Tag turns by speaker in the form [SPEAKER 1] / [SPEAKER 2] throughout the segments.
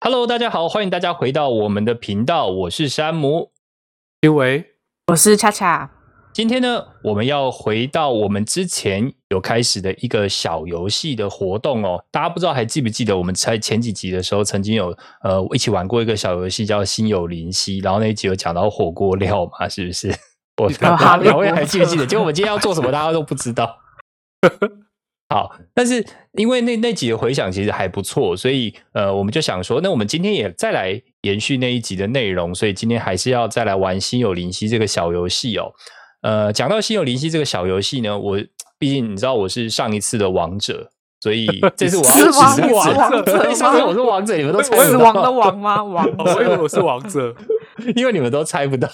[SPEAKER 1] Hello，大家好，欢迎大家回到我们的频道，我是山姆。
[SPEAKER 2] 因为
[SPEAKER 3] 我是恰恰，
[SPEAKER 1] 今天呢，我们要回到我们之前有开始的一个小游戏的活动哦。大家不知道还记不记得，我们在前几集的时候曾经有呃一起玩过一个小游戏叫“心有灵犀”，然后那一集有讲到火锅料嘛，是不是？我
[SPEAKER 3] 哦好
[SPEAKER 1] 两位还记不记得？结果我们今天要做什么，大家都不知道。好，但是因为那那集的回响其实还不错，所以呃，我们就想说，那我们今天也再来延续那一集的内容，所以今天还是要再来玩“心有灵犀”这个小游戏哦。呃，讲到心有灵犀这个小游戏呢，我毕竟你知道我是上一次的王者，所 以这次我
[SPEAKER 3] 死
[SPEAKER 1] 要
[SPEAKER 3] 亡
[SPEAKER 1] 只是
[SPEAKER 3] 王
[SPEAKER 1] 王
[SPEAKER 3] 者
[SPEAKER 1] 者，上次我是王者，你们都猜不到
[SPEAKER 3] 死亡的王吗？王
[SPEAKER 2] 哦，我以为我是王者，
[SPEAKER 1] 因为你们都猜不到，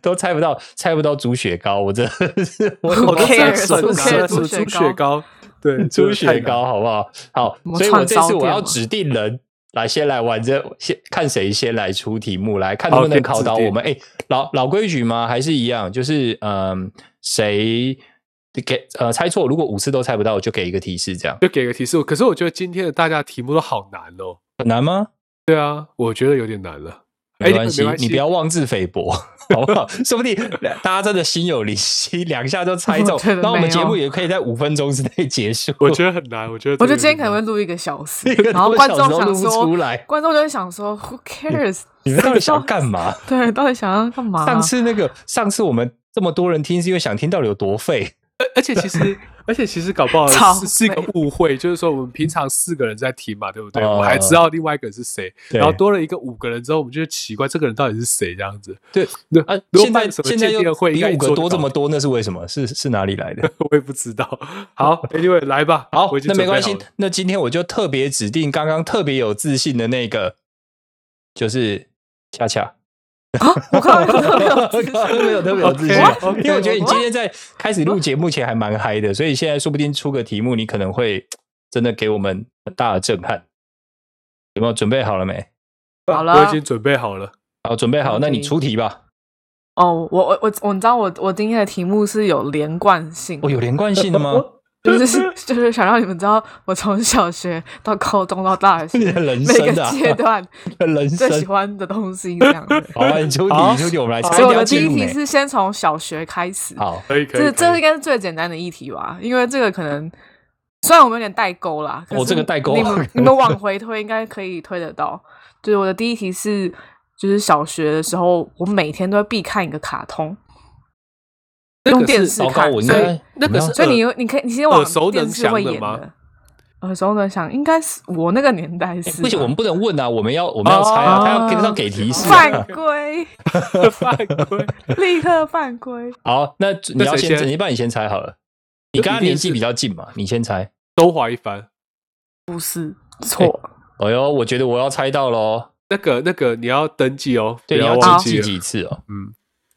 [SPEAKER 1] 都猜不到，猜不到猪血糕，我真的是我
[SPEAKER 3] 不
[SPEAKER 2] 我都
[SPEAKER 3] care，
[SPEAKER 2] 在数
[SPEAKER 3] 不
[SPEAKER 2] 我在
[SPEAKER 3] care，
[SPEAKER 2] 数
[SPEAKER 3] 猪血
[SPEAKER 2] 猪血糕，啊 对，
[SPEAKER 1] 猪
[SPEAKER 2] 太
[SPEAKER 1] 血
[SPEAKER 2] 难了
[SPEAKER 1] 糕，好不好？好，
[SPEAKER 3] 我
[SPEAKER 1] 所以我
[SPEAKER 3] 串
[SPEAKER 1] 这
[SPEAKER 3] 烧
[SPEAKER 1] 次我
[SPEAKER 3] 店
[SPEAKER 1] 要
[SPEAKER 3] 嘛
[SPEAKER 1] 指定人来先来玩这，先看谁先来出题目，来看能不
[SPEAKER 2] 好
[SPEAKER 1] 能
[SPEAKER 2] 哦可以
[SPEAKER 1] 考
[SPEAKER 2] 指
[SPEAKER 1] 倒
[SPEAKER 2] 定
[SPEAKER 1] 我们。哎，老老规矩吗？还是一样？就是嗯，谁给呃猜错，如果五次都猜不到，我就给一个提示，这样
[SPEAKER 2] 就给个提示。可是我觉得今天的大家题目都好难哦。
[SPEAKER 1] 很难吗？
[SPEAKER 2] 对啊，我觉得有点难了。哎
[SPEAKER 1] 没
[SPEAKER 2] 你
[SPEAKER 1] 关
[SPEAKER 2] 们
[SPEAKER 1] 系
[SPEAKER 2] 没关，系
[SPEAKER 1] 你不要妄自菲薄，好不好？ 说不定大家真的心有灵犀，两下就猜中
[SPEAKER 3] 我觉得。
[SPEAKER 1] 那我们
[SPEAKER 3] 没有
[SPEAKER 1] 节目也可以在五分钟之内结束。
[SPEAKER 2] 我觉得很难，我觉得
[SPEAKER 3] 我觉
[SPEAKER 2] 这
[SPEAKER 3] 得
[SPEAKER 2] 个
[SPEAKER 3] 今天可能会
[SPEAKER 2] 有点
[SPEAKER 3] 录一个小时
[SPEAKER 1] 一个，
[SPEAKER 3] 然后
[SPEAKER 1] 多
[SPEAKER 3] 观
[SPEAKER 1] 小
[SPEAKER 3] 众
[SPEAKER 1] 时都
[SPEAKER 3] 想
[SPEAKER 1] 录不出
[SPEAKER 3] 说，
[SPEAKER 1] 来
[SPEAKER 3] 观众就会想说，Who cares？
[SPEAKER 1] 你们到底想干嘛？
[SPEAKER 3] 对，到底想要干嘛？
[SPEAKER 1] 上次那个，上次我们这么多人听，是因为想听到底有多 废。
[SPEAKER 2] 难，而而且 其实而且其实搞不好
[SPEAKER 3] 草
[SPEAKER 2] 是是一个
[SPEAKER 3] 莓
[SPEAKER 2] 误会，就是说我们平常四个人在听嘛，对不对？
[SPEAKER 1] 哦
[SPEAKER 2] 我们还知道另外一个人是谁，
[SPEAKER 1] 对
[SPEAKER 2] 然后多了一个五个人之后，我们就奇怪这个人到底是谁这样子。
[SPEAKER 1] 对
[SPEAKER 2] 对
[SPEAKER 1] 啊，
[SPEAKER 2] 如果
[SPEAKER 1] 现在
[SPEAKER 2] 办什么
[SPEAKER 1] 现在
[SPEAKER 2] 见
[SPEAKER 1] 又
[SPEAKER 2] 面会
[SPEAKER 1] 比
[SPEAKER 2] 应该
[SPEAKER 1] 五个
[SPEAKER 2] 做得
[SPEAKER 1] 多这
[SPEAKER 2] 到
[SPEAKER 1] 么多，那是为什么？是是哪里来 的？
[SPEAKER 2] 我也不知道。好，Anyway，来吧。
[SPEAKER 1] 好
[SPEAKER 2] 我已，经
[SPEAKER 1] 那没
[SPEAKER 2] 准备
[SPEAKER 1] 关系
[SPEAKER 2] 好了。
[SPEAKER 1] 那今天我就特别指定刚刚特别有自信的那个，就是恰 恰。
[SPEAKER 3] 啊，我看到特别有自信
[SPEAKER 1] 没有特别 有自信
[SPEAKER 2] OK，OK，
[SPEAKER 1] 因为我觉得你今天在开始录节目前还蛮嗨的，所以现在说不定出个题目，你可能会呃真的给我们很大的震撼。有没有准备好了没？
[SPEAKER 3] 好了
[SPEAKER 2] 我已经准备好了。
[SPEAKER 1] 好，准备好，那你
[SPEAKER 3] OK
[SPEAKER 1] 出题吧。
[SPEAKER 3] 哦，我我我我，你知道我我今天的题目是有连贯性
[SPEAKER 1] 哦我、，有连贯性的吗？
[SPEAKER 3] 就是就是想让你们知道我从小学到高中到大 学
[SPEAKER 1] 你的人
[SPEAKER 3] 每个
[SPEAKER 1] 生啊，
[SPEAKER 3] 阶段
[SPEAKER 1] 人
[SPEAKER 3] 最喜
[SPEAKER 1] 生。
[SPEAKER 3] 欢的东西这样子。
[SPEAKER 1] 好啊，你出题，
[SPEAKER 2] 好
[SPEAKER 1] 你出题，我们来猜。
[SPEAKER 3] 所以我的
[SPEAKER 1] 定
[SPEAKER 3] 第
[SPEAKER 1] 要进
[SPEAKER 3] 一
[SPEAKER 1] 入
[SPEAKER 3] 题
[SPEAKER 1] 哪
[SPEAKER 3] 是先从小学开始。
[SPEAKER 1] 好，
[SPEAKER 2] 可以可以。
[SPEAKER 3] 这这
[SPEAKER 2] 可以
[SPEAKER 3] 应该是最简单的议题吧，因为这个可能虽然我们有点代沟啦，可
[SPEAKER 1] 哦
[SPEAKER 3] 是
[SPEAKER 1] 这个代沟
[SPEAKER 3] 你
[SPEAKER 1] 啊
[SPEAKER 3] 们你们往回推应该可以推得到。就是我的第一题是，就是小学的时候，我每天都会必看一个卡通，
[SPEAKER 2] 那
[SPEAKER 3] 用
[SPEAKER 2] 个
[SPEAKER 3] 电
[SPEAKER 2] 是
[SPEAKER 3] 视
[SPEAKER 1] 糟糕，
[SPEAKER 3] 看，
[SPEAKER 1] 我哎应
[SPEAKER 3] 所以
[SPEAKER 1] 该
[SPEAKER 2] 那个是
[SPEAKER 3] 所以你
[SPEAKER 2] 耳
[SPEAKER 3] 有你可以你先往
[SPEAKER 2] 耳熟能
[SPEAKER 3] 电视会
[SPEAKER 2] 详的
[SPEAKER 3] 演
[SPEAKER 2] 吗
[SPEAKER 3] 的。耳熟能详，应该是我那个年代是吧、
[SPEAKER 1] 不行，我们不能问啊，我们要我们要猜啊，
[SPEAKER 3] 哦
[SPEAKER 1] 他要给他要给提示啊。
[SPEAKER 3] 犯规，
[SPEAKER 2] 犯 规。
[SPEAKER 3] 立刻犯 规。
[SPEAKER 1] 好，那你要
[SPEAKER 2] 那谁
[SPEAKER 1] 先，
[SPEAKER 2] 先
[SPEAKER 1] 你把你先猜好了。你跟他年纪比较近嘛，你先猜。
[SPEAKER 2] 中华一番。
[SPEAKER 3] 错、
[SPEAKER 1] 哎呦，我觉得我要猜到喽。
[SPEAKER 2] 那个那个你要登记哦，
[SPEAKER 1] 对，
[SPEAKER 2] 不
[SPEAKER 1] 你
[SPEAKER 2] 要
[SPEAKER 1] 要
[SPEAKER 2] 忘
[SPEAKER 1] 记
[SPEAKER 2] 记
[SPEAKER 1] 记
[SPEAKER 2] 了。
[SPEAKER 1] 几次哦。
[SPEAKER 2] 嗯，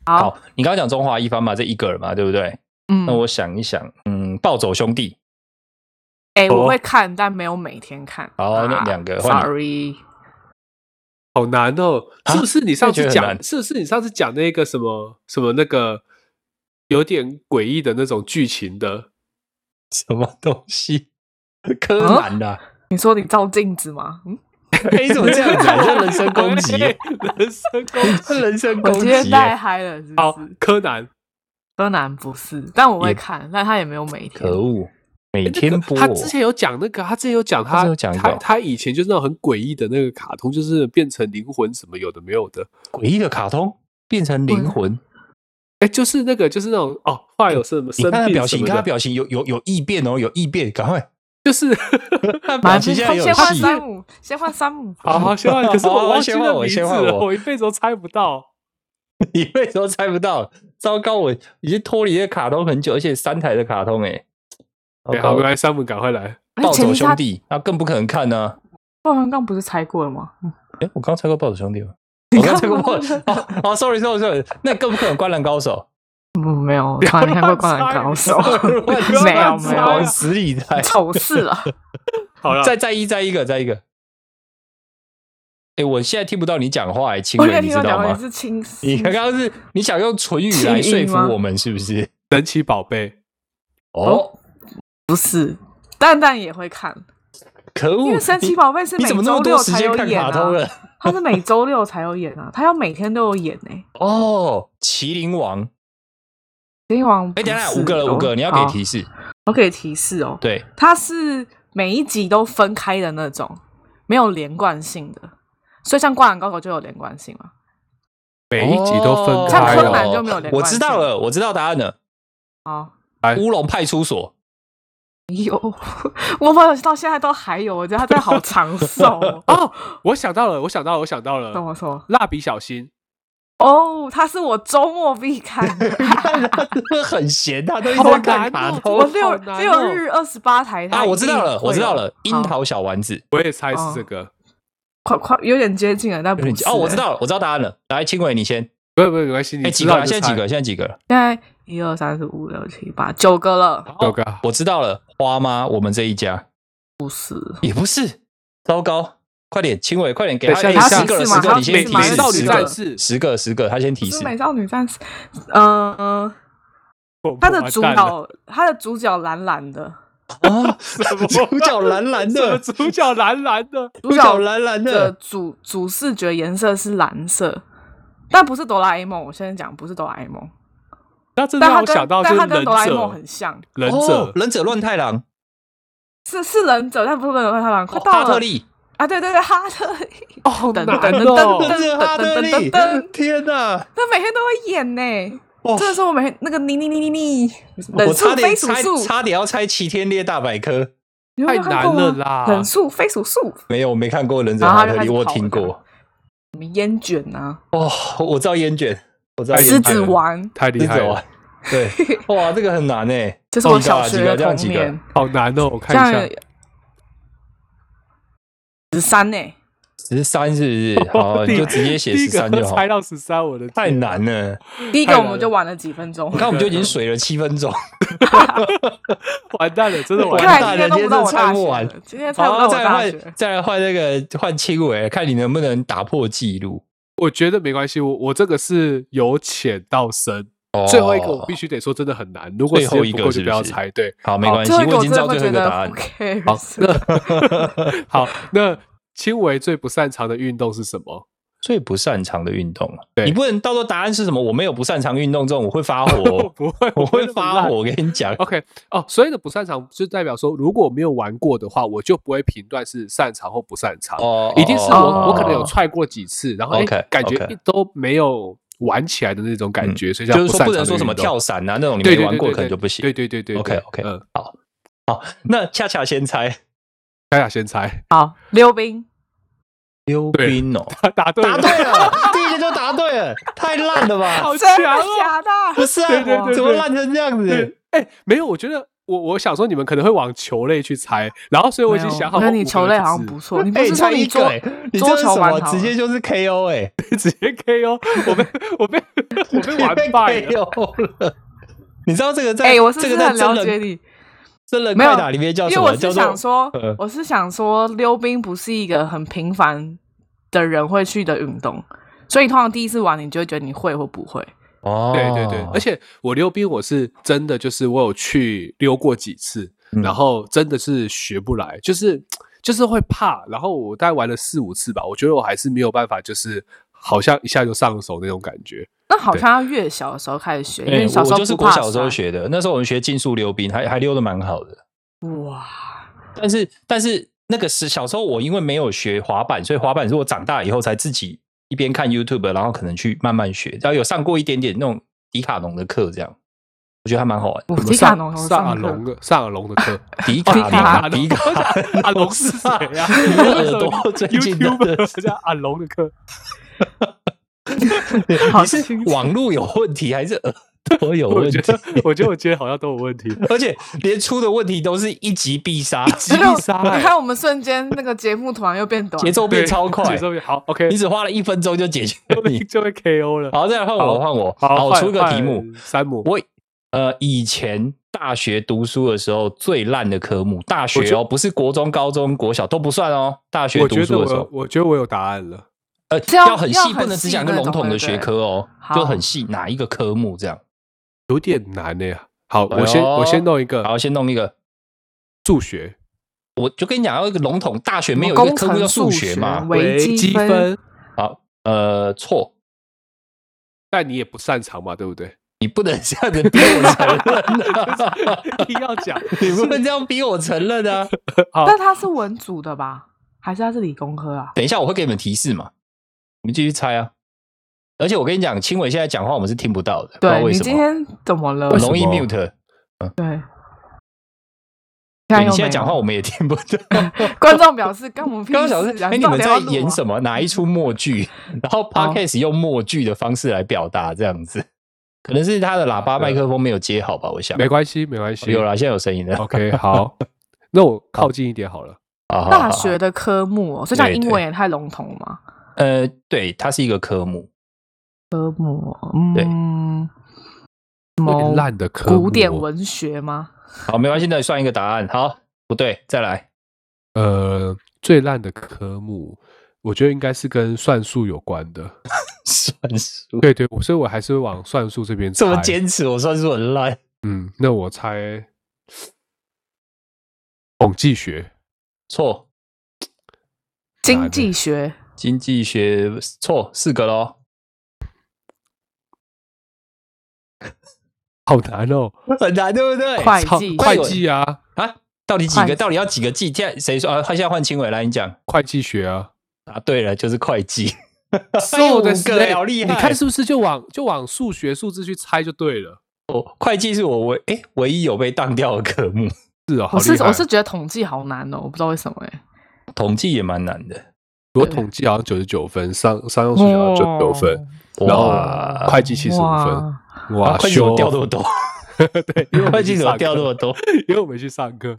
[SPEAKER 3] 好
[SPEAKER 1] 好，你刚刚讲中华一番嘛，这一个人嘛，对不对？
[SPEAKER 3] 嗯，
[SPEAKER 1] 那我想一想，嗯，暴走兄弟，
[SPEAKER 3] 哎、
[SPEAKER 2] 哦
[SPEAKER 3] 我会看，但没有每天看。
[SPEAKER 1] 好那
[SPEAKER 3] 啊
[SPEAKER 1] 两个换你
[SPEAKER 3] ，sorry，
[SPEAKER 2] 好难哦，
[SPEAKER 1] 啊
[SPEAKER 2] 是不是你
[SPEAKER 1] 我
[SPEAKER 2] 上
[SPEAKER 1] 也觉
[SPEAKER 2] 次
[SPEAKER 1] 得很
[SPEAKER 2] 讲？
[SPEAKER 1] 难
[SPEAKER 2] 是不是你上次讲那个什么什么那个有点诡异的那种剧情的？
[SPEAKER 1] 什么东西？柯南的、啊？
[SPEAKER 3] 你说你照镜子吗？嗯，
[SPEAKER 1] 哎、你怎么这样 子、啊？这人身攻击，
[SPEAKER 2] 人身攻击。
[SPEAKER 1] 这人身
[SPEAKER 3] 嗯我
[SPEAKER 1] 攻
[SPEAKER 3] 今
[SPEAKER 1] 击
[SPEAKER 3] 天太
[SPEAKER 1] 耶。
[SPEAKER 3] 嗨了，是 不
[SPEAKER 2] 好
[SPEAKER 3] 是？，
[SPEAKER 2] 柯南。
[SPEAKER 3] 柯南不是，但我
[SPEAKER 1] 也
[SPEAKER 3] 会看，但他也没有每天
[SPEAKER 1] 可。恶，每
[SPEAKER 2] 那
[SPEAKER 1] 天
[SPEAKER 2] 个
[SPEAKER 1] 播。
[SPEAKER 2] 他之前有讲那个，他之前有讲
[SPEAKER 1] 他之
[SPEAKER 2] 他
[SPEAKER 1] 前有讲一个
[SPEAKER 2] 他他以前就是那种很诡异的那个卡通，就是变成灵魂什么有的没有的。
[SPEAKER 1] 诡异的卡通变成灵魂，
[SPEAKER 2] 哎，就是那个就是那种哦，后来有什么
[SPEAKER 1] 你
[SPEAKER 2] 生
[SPEAKER 1] 看他
[SPEAKER 2] 病
[SPEAKER 1] 表
[SPEAKER 2] 什
[SPEAKER 1] 情，你
[SPEAKER 2] 么
[SPEAKER 1] 看他
[SPEAKER 2] 的，
[SPEAKER 1] 表情有有有异变哦，有异变，赶快！
[SPEAKER 2] 就是
[SPEAKER 1] 他
[SPEAKER 3] 马
[SPEAKER 1] 表
[SPEAKER 3] 上
[SPEAKER 1] 情现在
[SPEAKER 3] 先
[SPEAKER 1] 有
[SPEAKER 3] 先换
[SPEAKER 1] 戏，
[SPEAKER 3] 山姆，先换山姆。
[SPEAKER 2] 好好先换，可是
[SPEAKER 1] 好
[SPEAKER 2] 我忘记
[SPEAKER 1] 先换
[SPEAKER 2] 那
[SPEAKER 1] 我
[SPEAKER 2] 名字
[SPEAKER 1] 先换
[SPEAKER 2] 了，
[SPEAKER 1] 我
[SPEAKER 2] 我一辈子都猜不到。
[SPEAKER 1] 你为什么猜不到？糟糕，我已经脱离了卡通很久，而且三台的卡通哎、
[SPEAKER 2] 哎，
[SPEAKER 1] 糟
[SPEAKER 2] 好，
[SPEAKER 1] 糕
[SPEAKER 2] 没关系，山姆赶快来。
[SPEAKER 1] 暴
[SPEAKER 3] 哎前
[SPEAKER 1] 走
[SPEAKER 3] 提是
[SPEAKER 1] 兄
[SPEAKER 3] 他
[SPEAKER 1] 弟，那更不可能看呢、啊。
[SPEAKER 3] 暴走兄弟不是猜过了吗？嗯
[SPEAKER 1] 哎，我刚才猜过暴走兄弟吗？
[SPEAKER 3] 你
[SPEAKER 1] 我刚
[SPEAKER 3] 看
[SPEAKER 1] 才猜过暴
[SPEAKER 3] 过
[SPEAKER 1] 走 哦哦，sorry sorry sorry，那更不可能灌篮高手，
[SPEAKER 3] 嗯，没有，从来没看 过《灌篮高手》
[SPEAKER 1] 乱
[SPEAKER 3] 没有
[SPEAKER 1] 乱
[SPEAKER 3] 没
[SPEAKER 1] 猜往
[SPEAKER 3] 有，
[SPEAKER 1] 死里猜。
[SPEAKER 3] 丑事 啊！
[SPEAKER 2] 好了，
[SPEAKER 1] 再再一再一个再一个。哎，我现在听不到你讲话，哎，亲
[SPEAKER 3] 我有
[SPEAKER 1] 人，你
[SPEAKER 3] 听
[SPEAKER 1] 知
[SPEAKER 3] 到
[SPEAKER 1] 道
[SPEAKER 3] 两个
[SPEAKER 1] 吗
[SPEAKER 3] 人？是亲死，
[SPEAKER 1] 你刚刚是你想用唇语来
[SPEAKER 3] 亲
[SPEAKER 1] 说
[SPEAKER 3] 音
[SPEAKER 1] 服
[SPEAKER 3] 吗
[SPEAKER 1] 我们，是不是？
[SPEAKER 2] 神奇宝贝，
[SPEAKER 1] 哦，
[SPEAKER 3] 不是，蛋蛋也会看，
[SPEAKER 1] 可恶！
[SPEAKER 3] 因为神奇
[SPEAKER 1] 你
[SPEAKER 3] 宝贝是
[SPEAKER 1] 哦你
[SPEAKER 3] 每
[SPEAKER 1] 怎么那么
[SPEAKER 3] 周
[SPEAKER 1] 多
[SPEAKER 3] 六
[SPEAKER 1] 时
[SPEAKER 3] 才
[SPEAKER 1] 间
[SPEAKER 3] 有
[SPEAKER 1] 看
[SPEAKER 3] 演
[SPEAKER 1] 卡通
[SPEAKER 3] 啊，
[SPEAKER 1] 了？
[SPEAKER 3] 他是每周六才有演啊，他要每天都有演呢、欸。
[SPEAKER 1] 哦，麒麟王，
[SPEAKER 3] 秦始皇，
[SPEAKER 1] 哎，等一下五个
[SPEAKER 3] 哦
[SPEAKER 1] 了，五个了，你要给提，示。
[SPEAKER 3] 我给提示哦。
[SPEAKER 1] 对，
[SPEAKER 3] 它是每一集都分开的那种，没有连贯性的。所以像《灌篮高手》就有连贯性嘛，
[SPEAKER 2] 每一集都
[SPEAKER 1] 哦
[SPEAKER 2] 分
[SPEAKER 3] 像
[SPEAKER 2] 开
[SPEAKER 3] 哦
[SPEAKER 2] 哦
[SPEAKER 3] 柯南就
[SPEAKER 2] 了。
[SPEAKER 3] 没有连贯性
[SPEAKER 1] 我知道了，我知道答案了，
[SPEAKER 3] 哦，
[SPEAKER 2] 哎。
[SPEAKER 1] 乌龙派出所。
[SPEAKER 3] 有，我朋友到现在都还有，我觉得他真的好长寿哦
[SPEAKER 2] 哦，我想到了，我想到了，我想到
[SPEAKER 3] 怎
[SPEAKER 2] 了，
[SPEAKER 3] 么说？
[SPEAKER 2] 蜡笔小新。
[SPEAKER 3] 哦，他是我周末必看，
[SPEAKER 1] 很闲，他都一直
[SPEAKER 2] 好
[SPEAKER 1] 在看
[SPEAKER 2] 难
[SPEAKER 1] 卡
[SPEAKER 2] 哦
[SPEAKER 1] 通
[SPEAKER 3] 我
[SPEAKER 2] 好
[SPEAKER 3] 六
[SPEAKER 2] 难哦
[SPEAKER 3] 六日二十八台它
[SPEAKER 1] 啊！我知道
[SPEAKER 3] 一
[SPEAKER 1] 了，
[SPEAKER 3] 定
[SPEAKER 1] 我知道
[SPEAKER 3] 会有
[SPEAKER 1] 了，樱，
[SPEAKER 3] 好
[SPEAKER 1] 桃小丸子。
[SPEAKER 2] 我也猜是这个。
[SPEAKER 3] 快快有点接近了，但
[SPEAKER 1] 有
[SPEAKER 3] 不
[SPEAKER 1] 点
[SPEAKER 3] 是
[SPEAKER 1] 急哦，我知
[SPEAKER 3] 欸。
[SPEAKER 1] 道了，我知道答案了。来，青伟，你先。
[SPEAKER 2] 不不，没关系，
[SPEAKER 1] 哎，
[SPEAKER 2] 你
[SPEAKER 1] 几
[SPEAKER 2] 知
[SPEAKER 1] 个
[SPEAKER 2] 道
[SPEAKER 1] 啊？
[SPEAKER 2] 就
[SPEAKER 1] 现在几
[SPEAKER 2] 猜
[SPEAKER 1] 个？？现在几个了？
[SPEAKER 3] 现在一二三四五六七八九个了，
[SPEAKER 2] 九个啊。
[SPEAKER 1] 我知道了，花妈，我们这一家也不是。糟糕，快点，青伟，快点给他
[SPEAKER 2] 等一
[SPEAKER 1] 哎
[SPEAKER 3] 他
[SPEAKER 2] 下
[SPEAKER 1] 十个了，
[SPEAKER 3] 提示
[SPEAKER 1] 十
[SPEAKER 3] 吗
[SPEAKER 1] 个，
[SPEAKER 3] 他
[SPEAKER 1] 你先
[SPEAKER 3] 提
[SPEAKER 1] 提
[SPEAKER 3] 示吗
[SPEAKER 1] 示。
[SPEAKER 3] 少女
[SPEAKER 1] 十
[SPEAKER 3] 战
[SPEAKER 1] 个，
[SPEAKER 2] 士
[SPEAKER 1] 十个，十个，他先提
[SPEAKER 3] 不
[SPEAKER 1] 示
[SPEAKER 3] 是。美少女战士，嗯、呃，他的主角他的主角蓝蓝的，
[SPEAKER 1] 啊， 主
[SPEAKER 2] 主
[SPEAKER 1] 角蓝蓝 的，
[SPEAKER 2] 主角蓝蓝的，
[SPEAKER 1] 主角蓝蓝
[SPEAKER 3] 的
[SPEAKER 1] 的，
[SPEAKER 3] 主主视觉颜色是蓝色，但不是哆啦 A 梦。我现在讲不是哆啦 A 梦，
[SPEAKER 2] 那真的
[SPEAKER 1] 啊
[SPEAKER 3] 但他
[SPEAKER 2] 让我
[SPEAKER 3] 跟
[SPEAKER 2] 想到就
[SPEAKER 3] 但
[SPEAKER 2] 是
[SPEAKER 3] 他跟
[SPEAKER 2] 忍
[SPEAKER 3] 哆啦 A 梦
[SPEAKER 2] 者
[SPEAKER 3] 很，像，
[SPEAKER 2] 忍
[SPEAKER 1] 哦
[SPEAKER 2] 者，
[SPEAKER 1] 忍者乱太郎，
[SPEAKER 3] 是是忍者，但不是忍者太郎。快到
[SPEAKER 1] 哦哈特
[SPEAKER 3] 了
[SPEAKER 1] 利，
[SPEAKER 3] 啊！对对对，哈特利，
[SPEAKER 2] 哦，好
[SPEAKER 3] 等
[SPEAKER 2] 难
[SPEAKER 3] 等等
[SPEAKER 2] 哦
[SPEAKER 3] 等
[SPEAKER 1] 忍者哈特利
[SPEAKER 3] 噔噔噔噔，
[SPEAKER 1] 天哪！
[SPEAKER 3] 他每天都会演呢。
[SPEAKER 1] 哇
[SPEAKER 3] 真的是我每天那个你你你你你，
[SPEAKER 1] 哦我
[SPEAKER 3] 忍
[SPEAKER 1] 差
[SPEAKER 3] 术
[SPEAKER 1] 点
[SPEAKER 3] 非数
[SPEAKER 1] 猜，
[SPEAKER 3] 数，
[SPEAKER 1] 差点要猜《齐天烈大百科》，
[SPEAKER 3] 你有没有
[SPEAKER 2] 太
[SPEAKER 3] 看
[SPEAKER 2] 难
[SPEAKER 3] 过
[SPEAKER 2] 了
[SPEAKER 3] 吗
[SPEAKER 2] 啦
[SPEAKER 3] 忍术非数数，
[SPEAKER 1] 没有，我没看过《忍者
[SPEAKER 3] 然后
[SPEAKER 1] 哈
[SPEAKER 3] 他
[SPEAKER 1] 特
[SPEAKER 3] 就开
[SPEAKER 1] 利》，
[SPEAKER 3] 始
[SPEAKER 1] 我
[SPEAKER 3] 跑
[SPEAKER 1] 听
[SPEAKER 3] 了
[SPEAKER 1] 过。
[SPEAKER 3] 什么烟卷啊，
[SPEAKER 1] 哦，我知道烟卷，我知道烟
[SPEAKER 3] 哎狮
[SPEAKER 1] 卷
[SPEAKER 3] 子王，
[SPEAKER 2] 太厉
[SPEAKER 1] 狮
[SPEAKER 2] 害哦
[SPEAKER 1] 子
[SPEAKER 2] 了
[SPEAKER 1] 王，对，哇，这个很难诶。
[SPEAKER 3] 这是我
[SPEAKER 1] 几个啊
[SPEAKER 3] 小
[SPEAKER 1] 几
[SPEAKER 3] 学
[SPEAKER 1] 个
[SPEAKER 3] 的
[SPEAKER 1] 这样
[SPEAKER 3] 童
[SPEAKER 1] 几个
[SPEAKER 3] 年。
[SPEAKER 2] 好难哦，我
[SPEAKER 3] 这
[SPEAKER 2] 看一
[SPEAKER 3] 样
[SPEAKER 2] 下，
[SPEAKER 3] 十三呢？
[SPEAKER 1] 十三是不 是？好，
[SPEAKER 2] 第
[SPEAKER 1] 你就直接写
[SPEAKER 2] 第一
[SPEAKER 1] 十
[SPEAKER 2] 个
[SPEAKER 1] 三就好，
[SPEAKER 2] 猜到十三，我的
[SPEAKER 1] 太
[SPEAKER 2] 天
[SPEAKER 1] 难了。
[SPEAKER 3] 第一
[SPEAKER 2] 太
[SPEAKER 3] 个我
[SPEAKER 2] 难
[SPEAKER 3] 们
[SPEAKER 2] 了
[SPEAKER 3] 就玩了几分钟
[SPEAKER 1] 我，看我们就已经
[SPEAKER 2] 啊
[SPEAKER 1] 水了七分钟，
[SPEAKER 2] 完蛋了，真的完
[SPEAKER 1] 看
[SPEAKER 3] 看
[SPEAKER 2] 蛋
[SPEAKER 1] 来
[SPEAKER 3] 来
[SPEAKER 2] 了。
[SPEAKER 1] 今天
[SPEAKER 3] 今天
[SPEAKER 1] 弄
[SPEAKER 3] 弄
[SPEAKER 1] 不
[SPEAKER 3] 不
[SPEAKER 1] 到我
[SPEAKER 3] 到我
[SPEAKER 1] 大
[SPEAKER 3] 大
[SPEAKER 1] 学
[SPEAKER 3] 学
[SPEAKER 1] 了，
[SPEAKER 3] 今天猜
[SPEAKER 1] 然
[SPEAKER 3] 不到
[SPEAKER 1] 后
[SPEAKER 3] 我
[SPEAKER 1] 再
[SPEAKER 3] 大
[SPEAKER 1] 换
[SPEAKER 3] 学。
[SPEAKER 1] 再来换那个换青伟，看你能不能打破记录。
[SPEAKER 2] 我觉得没关系，我我这个是由浅到深，
[SPEAKER 1] 哦
[SPEAKER 2] 最后一个我必
[SPEAKER 1] 须
[SPEAKER 2] 须得说真的很难，如果
[SPEAKER 1] 最
[SPEAKER 2] 时
[SPEAKER 1] 后
[SPEAKER 2] 间
[SPEAKER 1] 一
[SPEAKER 2] 不
[SPEAKER 1] 个
[SPEAKER 2] 够
[SPEAKER 1] 是
[SPEAKER 2] 就
[SPEAKER 1] 不
[SPEAKER 2] 不要
[SPEAKER 1] 是
[SPEAKER 2] 猜，对，
[SPEAKER 1] 好，没关系，
[SPEAKER 3] 最后一个
[SPEAKER 1] 我已
[SPEAKER 3] 我
[SPEAKER 1] 经知
[SPEAKER 3] 真
[SPEAKER 1] 道
[SPEAKER 3] 的
[SPEAKER 1] 最
[SPEAKER 3] 会
[SPEAKER 1] 后一
[SPEAKER 3] 觉
[SPEAKER 1] 个
[SPEAKER 3] 得
[SPEAKER 1] 答案
[SPEAKER 3] who。cares
[SPEAKER 2] 好，那好，那青维最不擅长的运动是什么？
[SPEAKER 1] 最不擅长的运动啊，
[SPEAKER 2] 对
[SPEAKER 1] 你不能到时候答案是什么？我没有不擅长运动这种，我会发火
[SPEAKER 2] 我
[SPEAKER 1] 哦，
[SPEAKER 2] 不会，
[SPEAKER 1] 我
[SPEAKER 2] 不
[SPEAKER 1] 会
[SPEAKER 2] 那么
[SPEAKER 1] 发
[SPEAKER 2] 烂
[SPEAKER 1] 火。我跟你 讲，
[SPEAKER 2] OK，哦，所以的不擅长就代表说，如果没有玩过的话，我就不会评断是擅长或不擅长，
[SPEAKER 1] 哦
[SPEAKER 2] 一定是我、
[SPEAKER 3] 哦
[SPEAKER 2] 我可能有踹过几次，然后哎
[SPEAKER 1] OK，
[SPEAKER 2] 感觉
[SPEAKER 1] OK 嗯
[SPEAKER 2] 都没有玩起来的那种感觉，所以叫
[SPEAKER 1] 就是说
[SPEAKER 2] 擅
[SPEAKER 1] 不
[SPEAKER 2] 长
[SPEAKER 1] 能
[SPEAKER 2] 的
[SPEAKER 1] 说什么
[SPEAKER 2] 运动
[SPEAKER 1] 跳，伞啊那种，你
[SPEAKER 2] 对
[SPEAKER 1] 没
[SPEAKER 2] 对
[SPEAKER 1] 玩
[SPEAKER 2] 对
[SPEAKER 1] 过
[SPEAKER 2] 对
[SPEAKER 1] 可能
[SPEAKER 2] 对
[SPEAKER 1] 就不行。
[SPEAKER 2] 对对对对
[SPEAKER 1] OK，OK
[SPEAKER 2] 嗯，
[SPEAKER 1] 那恰恰先猜
[SPEAKER 2] 大家先猜，
[SPEAKER 3] 好， 溜冰，
[SPEAKER 1] 溜冰哦，
[SPEAKER 2] 答对
[SPEAKER 1] 答
[SPEAKER 2] 了，
[SPEAKER 1] 对了，第一个就答对了，太烂了吧？
[SPEAKER 2] 好
[SPEAKER 3] 真的
[SPEAKER 2] 强哦！
[SPEAKER 3] 假的？
[SPEAKER 1] 不是啊，
[SPEAKER 2] 对对对对
[SPEAKER 1] 怎么烂成这样子？
[SPEAKER 2] 哎、没有，我觉得我我想说你们可能会往球类去猜，然后所以我已经想好
[SPEAKER 3] 我
[SPEAKER 2] 我
[SPEAKER 3] 觉得
[SPEAKER 2] 五个人
[SPEAKER 3] 你
[SPEAKER 2] 去猜，
[SPEAKER 3] 球类好像不 错，你不
[SPEAKER 1] 哎，
[SPEAKER 3] 是说
[SPEAKER 1] 猜
[SPEAKER 3] 你
[SPEAKER 1] 一
[SPEAKER 3] 桌
[SPEAKER 1] 个，哎你这是什
[SPEAKER 3] 桌球
[SPEAKER 1] 么
[SPEAKER 3] 完？好了
[SPEAKER 1] 直接就是 KO 哎，
[SPEAKER 2] 直接 KO，我被我被 我被完
[SPEAKER 1] 被
[SPEAKER 2] 败了。
[SPEAKER 1] KO 了。你知道这个在
[SPEAKER 3] 哎，我是
[SPEAKER 1] 这
[SPEAKER 3] 不
[SPEAKER 1] 个
[SPEAKER 3] 是
[SPEAKER 1] 在
[SPEAKER 3] 很
[SPEAKER 1] 真
[SPEAKER 3] 了解
[SPEAKER 1] 人
[SPEAKER 3] 你？
[SPEAKER 1] 真人
[SPEAKER 3] 没有
[SPEAKER 1] 快打里面叫
[SPEAKER 3] 因
[SPEAKER 1] 什
[SPEAKER 3] 为我
[SPEAKER 1] 么？
[SPEAKER 3] 是
[SPEAKER 1] 叫
[SPEAKER 3] 想
[SPEAKER 1] 做
[SPEAKER 3] 说
[SPEAKER 1] 呃，
[SPEAKER 3] 我是想说，溜冰不是一个很平凡的人会去的运动，所以通常第一次玩，你就会觉得你会或不会。
[SPEAKER 1] 哦
[SPEAKER 2] 对对对，而且我溜冰我是真的就是我有去溜过几次，
[SPEAKER 1] 嗯
[SPEAKER 2] 然后真的是学不来，就是就是会怕，然后我大概玩了四五次吧，我觉得我还是没有办法，就是好像一下就上手那种感觉。
[SPEAKER 3] 那好像要越小的时候开始学，因为
[SPEAKER 1] 哎
[SPEAKER 3] 你小时
[SPEAKER 1] 我
[SPEAKER 3] 候
[SPEAKER 1] 就是
[SPEAKER 3] 不
[SPEAKER 1] 我
[SPEAKER 3] 怕
[SPEAKER 1] 小时候
[SPEAKER 3] 摔
[SPEAKER 1] 学的，那时候我们学竞速溜冰，还还溜的蛮好的。
[SPEAKER 3] 哇。
[SPEAKER 1] 但是但是那个是小时候我因为没有学滑板，所以滑板是我长大以后才自己一边看 YouTube，然后可能去慢慢学，然后有上过一点点那种迪卡侬的课，这样我觉得还蛮好 玩。
[SPEAKER 3] 我迪卡侬有
[SPEAKER 2] 萨尔
[SPEAKER 3] 课
[SPEAKER 2] 龙的萨尔龙的课，
[SPEAKER 1] 迪卡
[SPEAKER 3] 迪卡
[SPEAKER 1] 侬迪卡
[SPEAKER 2] 哦龙阿龙是谁啊呀？
[SPEAKER 1] 你的耳朵最近真的
[SPEAKER 2] YouTube 叫阿龙的课，
[SPEAKER 3] 好
[SPEAKER 1] 你是
[SPEAKER 3] 清楚
[SPEAKER 1] 网络有问题还是耳朵有
[SPEAKER 2] 我
[SPEAKER 1] 问
[SPEAKER 2] 觉
[SPEAKER 1] 题？
[SPEAKER 2] 得我觉得我今天好像都有 问题。
[SPEAKER 1] 而且连出的问题都是一击必 杀，
[SPEAKER 2] 击必杀
[SPEAKER 3] 真的
[SPEAKER 2] 哎
[SPEAKER 3] 你看我们瞬间那个节目突然又变短，
[SPEAKER 1] 节奏变
[SPEAKER 2] 对
[SPEAKER 1] 超快
[SPEAKER 2] 节，奏变好，OK，
[SPEAKER 1] 你只花了一分钟就解决
[SPEAKER 2] 就 被
[SPEAKER 1] 你。
[SPEAKER 2] 就被 KO 了。
[SPEAKER 1] 好，再来换
[SPEAKER 2] 好
[SPEAKER 1] 我，换我，
[SPEAKER 2] 好，
[SPEAKER 1] 我
[SPEAKER 2] 换
[SPEAKER 1] 出个题目，，
[SPEAKER 2] 换山姆，
[SPEAKER 1] 我呃以前大学读书的时候最烂的科目，大学哦，不是国中、高中、国小都不算哦。大学
[SPEAKER 2] 我
[SPEAKER 1] 读
[SPEAKER 2] 觉得
[SPEAKER 1] 书的时
[SPEAKER 2] 我
[SPEAKER 1] 候，
[SPEAKER 2] 我觉得我有答案了。
[SPEAKER 1] 呃，
[SPEAKER 3] 这样
[SPEAKER 1] 很
[SPEAKER 3] 要
[SPEAKER 1] 细，
[SPEAKER 3] 很
[SPEAKER 1] 不能只
[SPEAKER 3] 细
[SPEAKER 1] 讲一个
[SPEAKER 3] 那
[SPEAKER 1] 笼
[SPEAKER 3] 种
[SPEAKER 1] 统的
[SPEAKER 3] 对不
[SPEAKER 1] 学
[SPEAKER 3] 对
[SPEAKER 1] 科哦，
[SPEAKER 3] 好
[SPEAKER 1] 就很细，哪一个科目这样？
[SPEAKER 2] 有点难呢、好，
[SPEAKER 1] 哎呦
[SPEAKER 2] 我先我先弄一
[SPEAKER 1] 然
[SPEAKER 2] 个
[SPEAKER 1] 后先弄一个
[SPEAKER 2] 数学，
[SPEAKER 1] 我就跟你讲，要一个笼统，大学
[SPEAKER 3] 什么
[SPEAKER 1] 没有一个
[SPEAKER 3] 工
[SPEAKER 1] 科目叫
[SPEAKER 3] 程
[SPEAKER 1] 数
[SPEAKER 3] 数
[SPEAKER 1] 学嘛？
[SPEAKER 3] 微积分，
[SPEAKER 2] 分，
[SPEAKER 1] 好，呃，错，
[SPEAKER 2] 但你也不擅长嘛，对不 对？
[SPEAKER 1] 你不能这样子逼我承 认、啊，
[SPEAKER 2] 一定要讲，
[SPEAKER 1] 你不能这样逼我承认啊！
[SPEAKER 2] 好
[SPEAKER 3] 但他是文组的吧？还是他是理工科啊？
[SPEAKER 1] 等一下我会给你们提示嘛，你们继续猜啊。而且我跟你讲，青伟现在讲话我们是听不到的，不知道
[SPEAKER 3] 对
[SPEAKER 1] 为
[SPEAKER 3] 你
[SPEAKER 1] 什
[SPEAKER 3] 今
[SPEAKER 1] 么，
[SPEAKER 3] 天怎么了
[SPEAKER 1] 很？容易
[SPEAKER 2] 为什么
[SPEAKER 1] mute。
[SPEAKER 3] 对，
[SPEAKER 1] 对
[SPEAKER 3] 看
[SPEAKER 1] 你
[SPEAKER 3] 又
[SPEAKER 1] 现在
[SPEAKER 3] 没
[SPEAKER 1] 讲
[SPEAKER 3] 有
[SPEAKER 1] 话我们也听不 到。
[SPEAKER 3] 观众表示跟我们
[SPEAKER 1] 刚刚想
[SPEAKER 3] 屁事
[SPEAKER 1] 说，
[SPEAKER 3] 啊
[SPEAKER 1] 哎，你们在
[SPEAKER 3] 到底要录
[SPEAKER 1] 演
[SPEAKER 3] 啊
[SPEAKER 1] 什么？哪一出默 剧？然后 podcast 用默剧的方式来表达，这样子，可能是他的喇叭麦克风没有接好吧？我想哦
[SPEAKER 2] 没关系，没关系。
[SPEAKER 1] 有啦，现在有声音了。
[SPEAKER 2] OK，好， 那我靠近一点好了。
[SPEAKER 1] 好好好
[SPEAKER 3] 大学的科目、哦，所以讲
[SPEAKER 1] 对
[SPEAKER 3] 英
[SPEAKER 1] 对
[SPEAKER 3] 文也太笼统了嘛。
[SPEAKER 1] 呃，对，它是一个科目，
[SPEAKER 3] 科目哦，
[SPEAKER 1] 对
[SPEAKER 3] 嗯，什
[SPEAKER 2] 有
[SPEAKER 3] 么
[SPEAKER 2] 点烂的科目哦
[SPEAKER 3] 古典文学吗？
[SPEAKER 1] 好，没关系，那算一个答案。好，不对，再来。
[SPEAKER 2] 呃，最烂的科目，我觉得应该是跟算术有关的。
[SPEAKER 1] 算数，
[SPEAKER 2] 对对，我所以我还是会往算术这边猜。
[SPEAKER 1] 这么坚持，我算数很烂。
[SPEAKER 2] 嗯，那我猜统计学。
[SPEAKER 1] 错，
[SPEAKER 3] 经济学、
[SPEAKER 1] 经济学错四个咯。
[SPEAKER 2] 好难哦，
[SPEAKER 1] 很难，对不对？
[SPEAKER 3] 会
[SPEAKER 2] 操
[SPEAKER 3] 计、
[SPEAKER 2] 哎会计啊，
[SPEAKER 1] 啊，到底几
[SPEAKER 3] 会
[SPEAKER 1] 个？
[SPEAKER 3] 计
[SPEAKER 1] 到底要几个计？现在谁说啊？他现在换青伟来，你讲。
[SPEAKER 2] 会计学啊，
[SPEAKER 1] 答对了，就是会计。哎
[SPEAKER 2] 瘦的
[SPEAKER 1] 五个
[SPEAKER 2] 嘞
[SPEAKER 1] 好厉 害！
[SPEAKER 2] 哎你看是不是就往就往数学数字去猜就对了？
[SPEAKER 1] 我会计是我唯诶唯一有被当掉的科目，
[SPEAKER 2] 是啊，好
[SPEAKER 3] 我
[SPEAKER 2] 厉
[SPEAKER 3] 是
[SPEAKER 2] 害
[SPEAKER 3] 我是觉得统计好难哦，我不知道为什么哎、
[SPEAKER 1] 统计也蛮难的。
[SPEAKER 2] 我统计好像九十九分，商商用数学好像九十九分，然后会计七十五
[SPEAKER 3] 哇
[SPEAKER 2] 分，
[SPEAKER 1] 哇，
[SPEAKER 2] 哇，
[SPEAKER 1] 啊会计怎么
[SPEAKER 2] 修
[SPEAKER 1] 掉这么多？
[SPEAKER 2] 对，因为我
[SPEAKER 1] 会
[SPEAKER 2] 没
[SPEAKER 1] 计
[SPEAKER 2] 去
[SPEAKER 1] 怎么
[SPEAKER 2] 上
[SPEAKER 1] 掉这
[SPEAKER 2] 课，
[SPEAKER 1] 么多？
[SPEAKER 2] 因为我没去上课，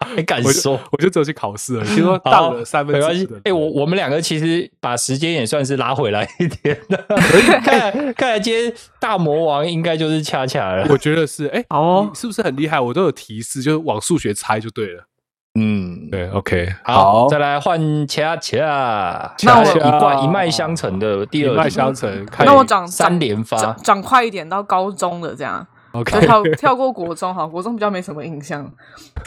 [SPEAKER 1] 还敢
[SPEAKER 2] 我
[SPEAKER 1] 说
[SPEAKER 2] 就？我就只有去考试了，听说
[SPEAKER 1] 嗯好
[SPEAKER 2] 到了三分
[SPEAKER 1] 哦没关
[SPEAKER 2] 之一
[SPEAKER 1] 系
[SPEAKER 2] 的人。。
[SPEAKER 1] 哎、我我们两个其实把时间也算是拉回来一点 的。看来看来今天大魔王应该就是恰恰了。
[SPEAKER 2] 我觉得是哎，
[SPEAKER 3] 好哦
[SPEAKER 2] 你是不是很厉害？我都有提示，就是往数学猜就对了。
[SPEAKER 1] 嗯，
[SPEAKER 2] 对，OK，
[SPEAKER 1] 好，再来换恰恰。
[SPEAKER 2] 那我
[SPEAKER 1] 一贯一脉相承的第
[SPEAKER 2] 一
[SPEAKER 1] 二
[SPEAKER 2] 脉
[SPEAKER 1] 题嗯
[SPEAKER 2] 相承。看
[SPEAKER 3] 那我
[SPEAKER 2] 你
[SPEAKER 3] 长
[SPEAKER 1] 三连发
[SPEAKER 3] 长，长快一点到高中的这样，就
[SPEAKER 2] OK，
[SPEAKER 3] 跳跳过国中好，国中比较没什么印象。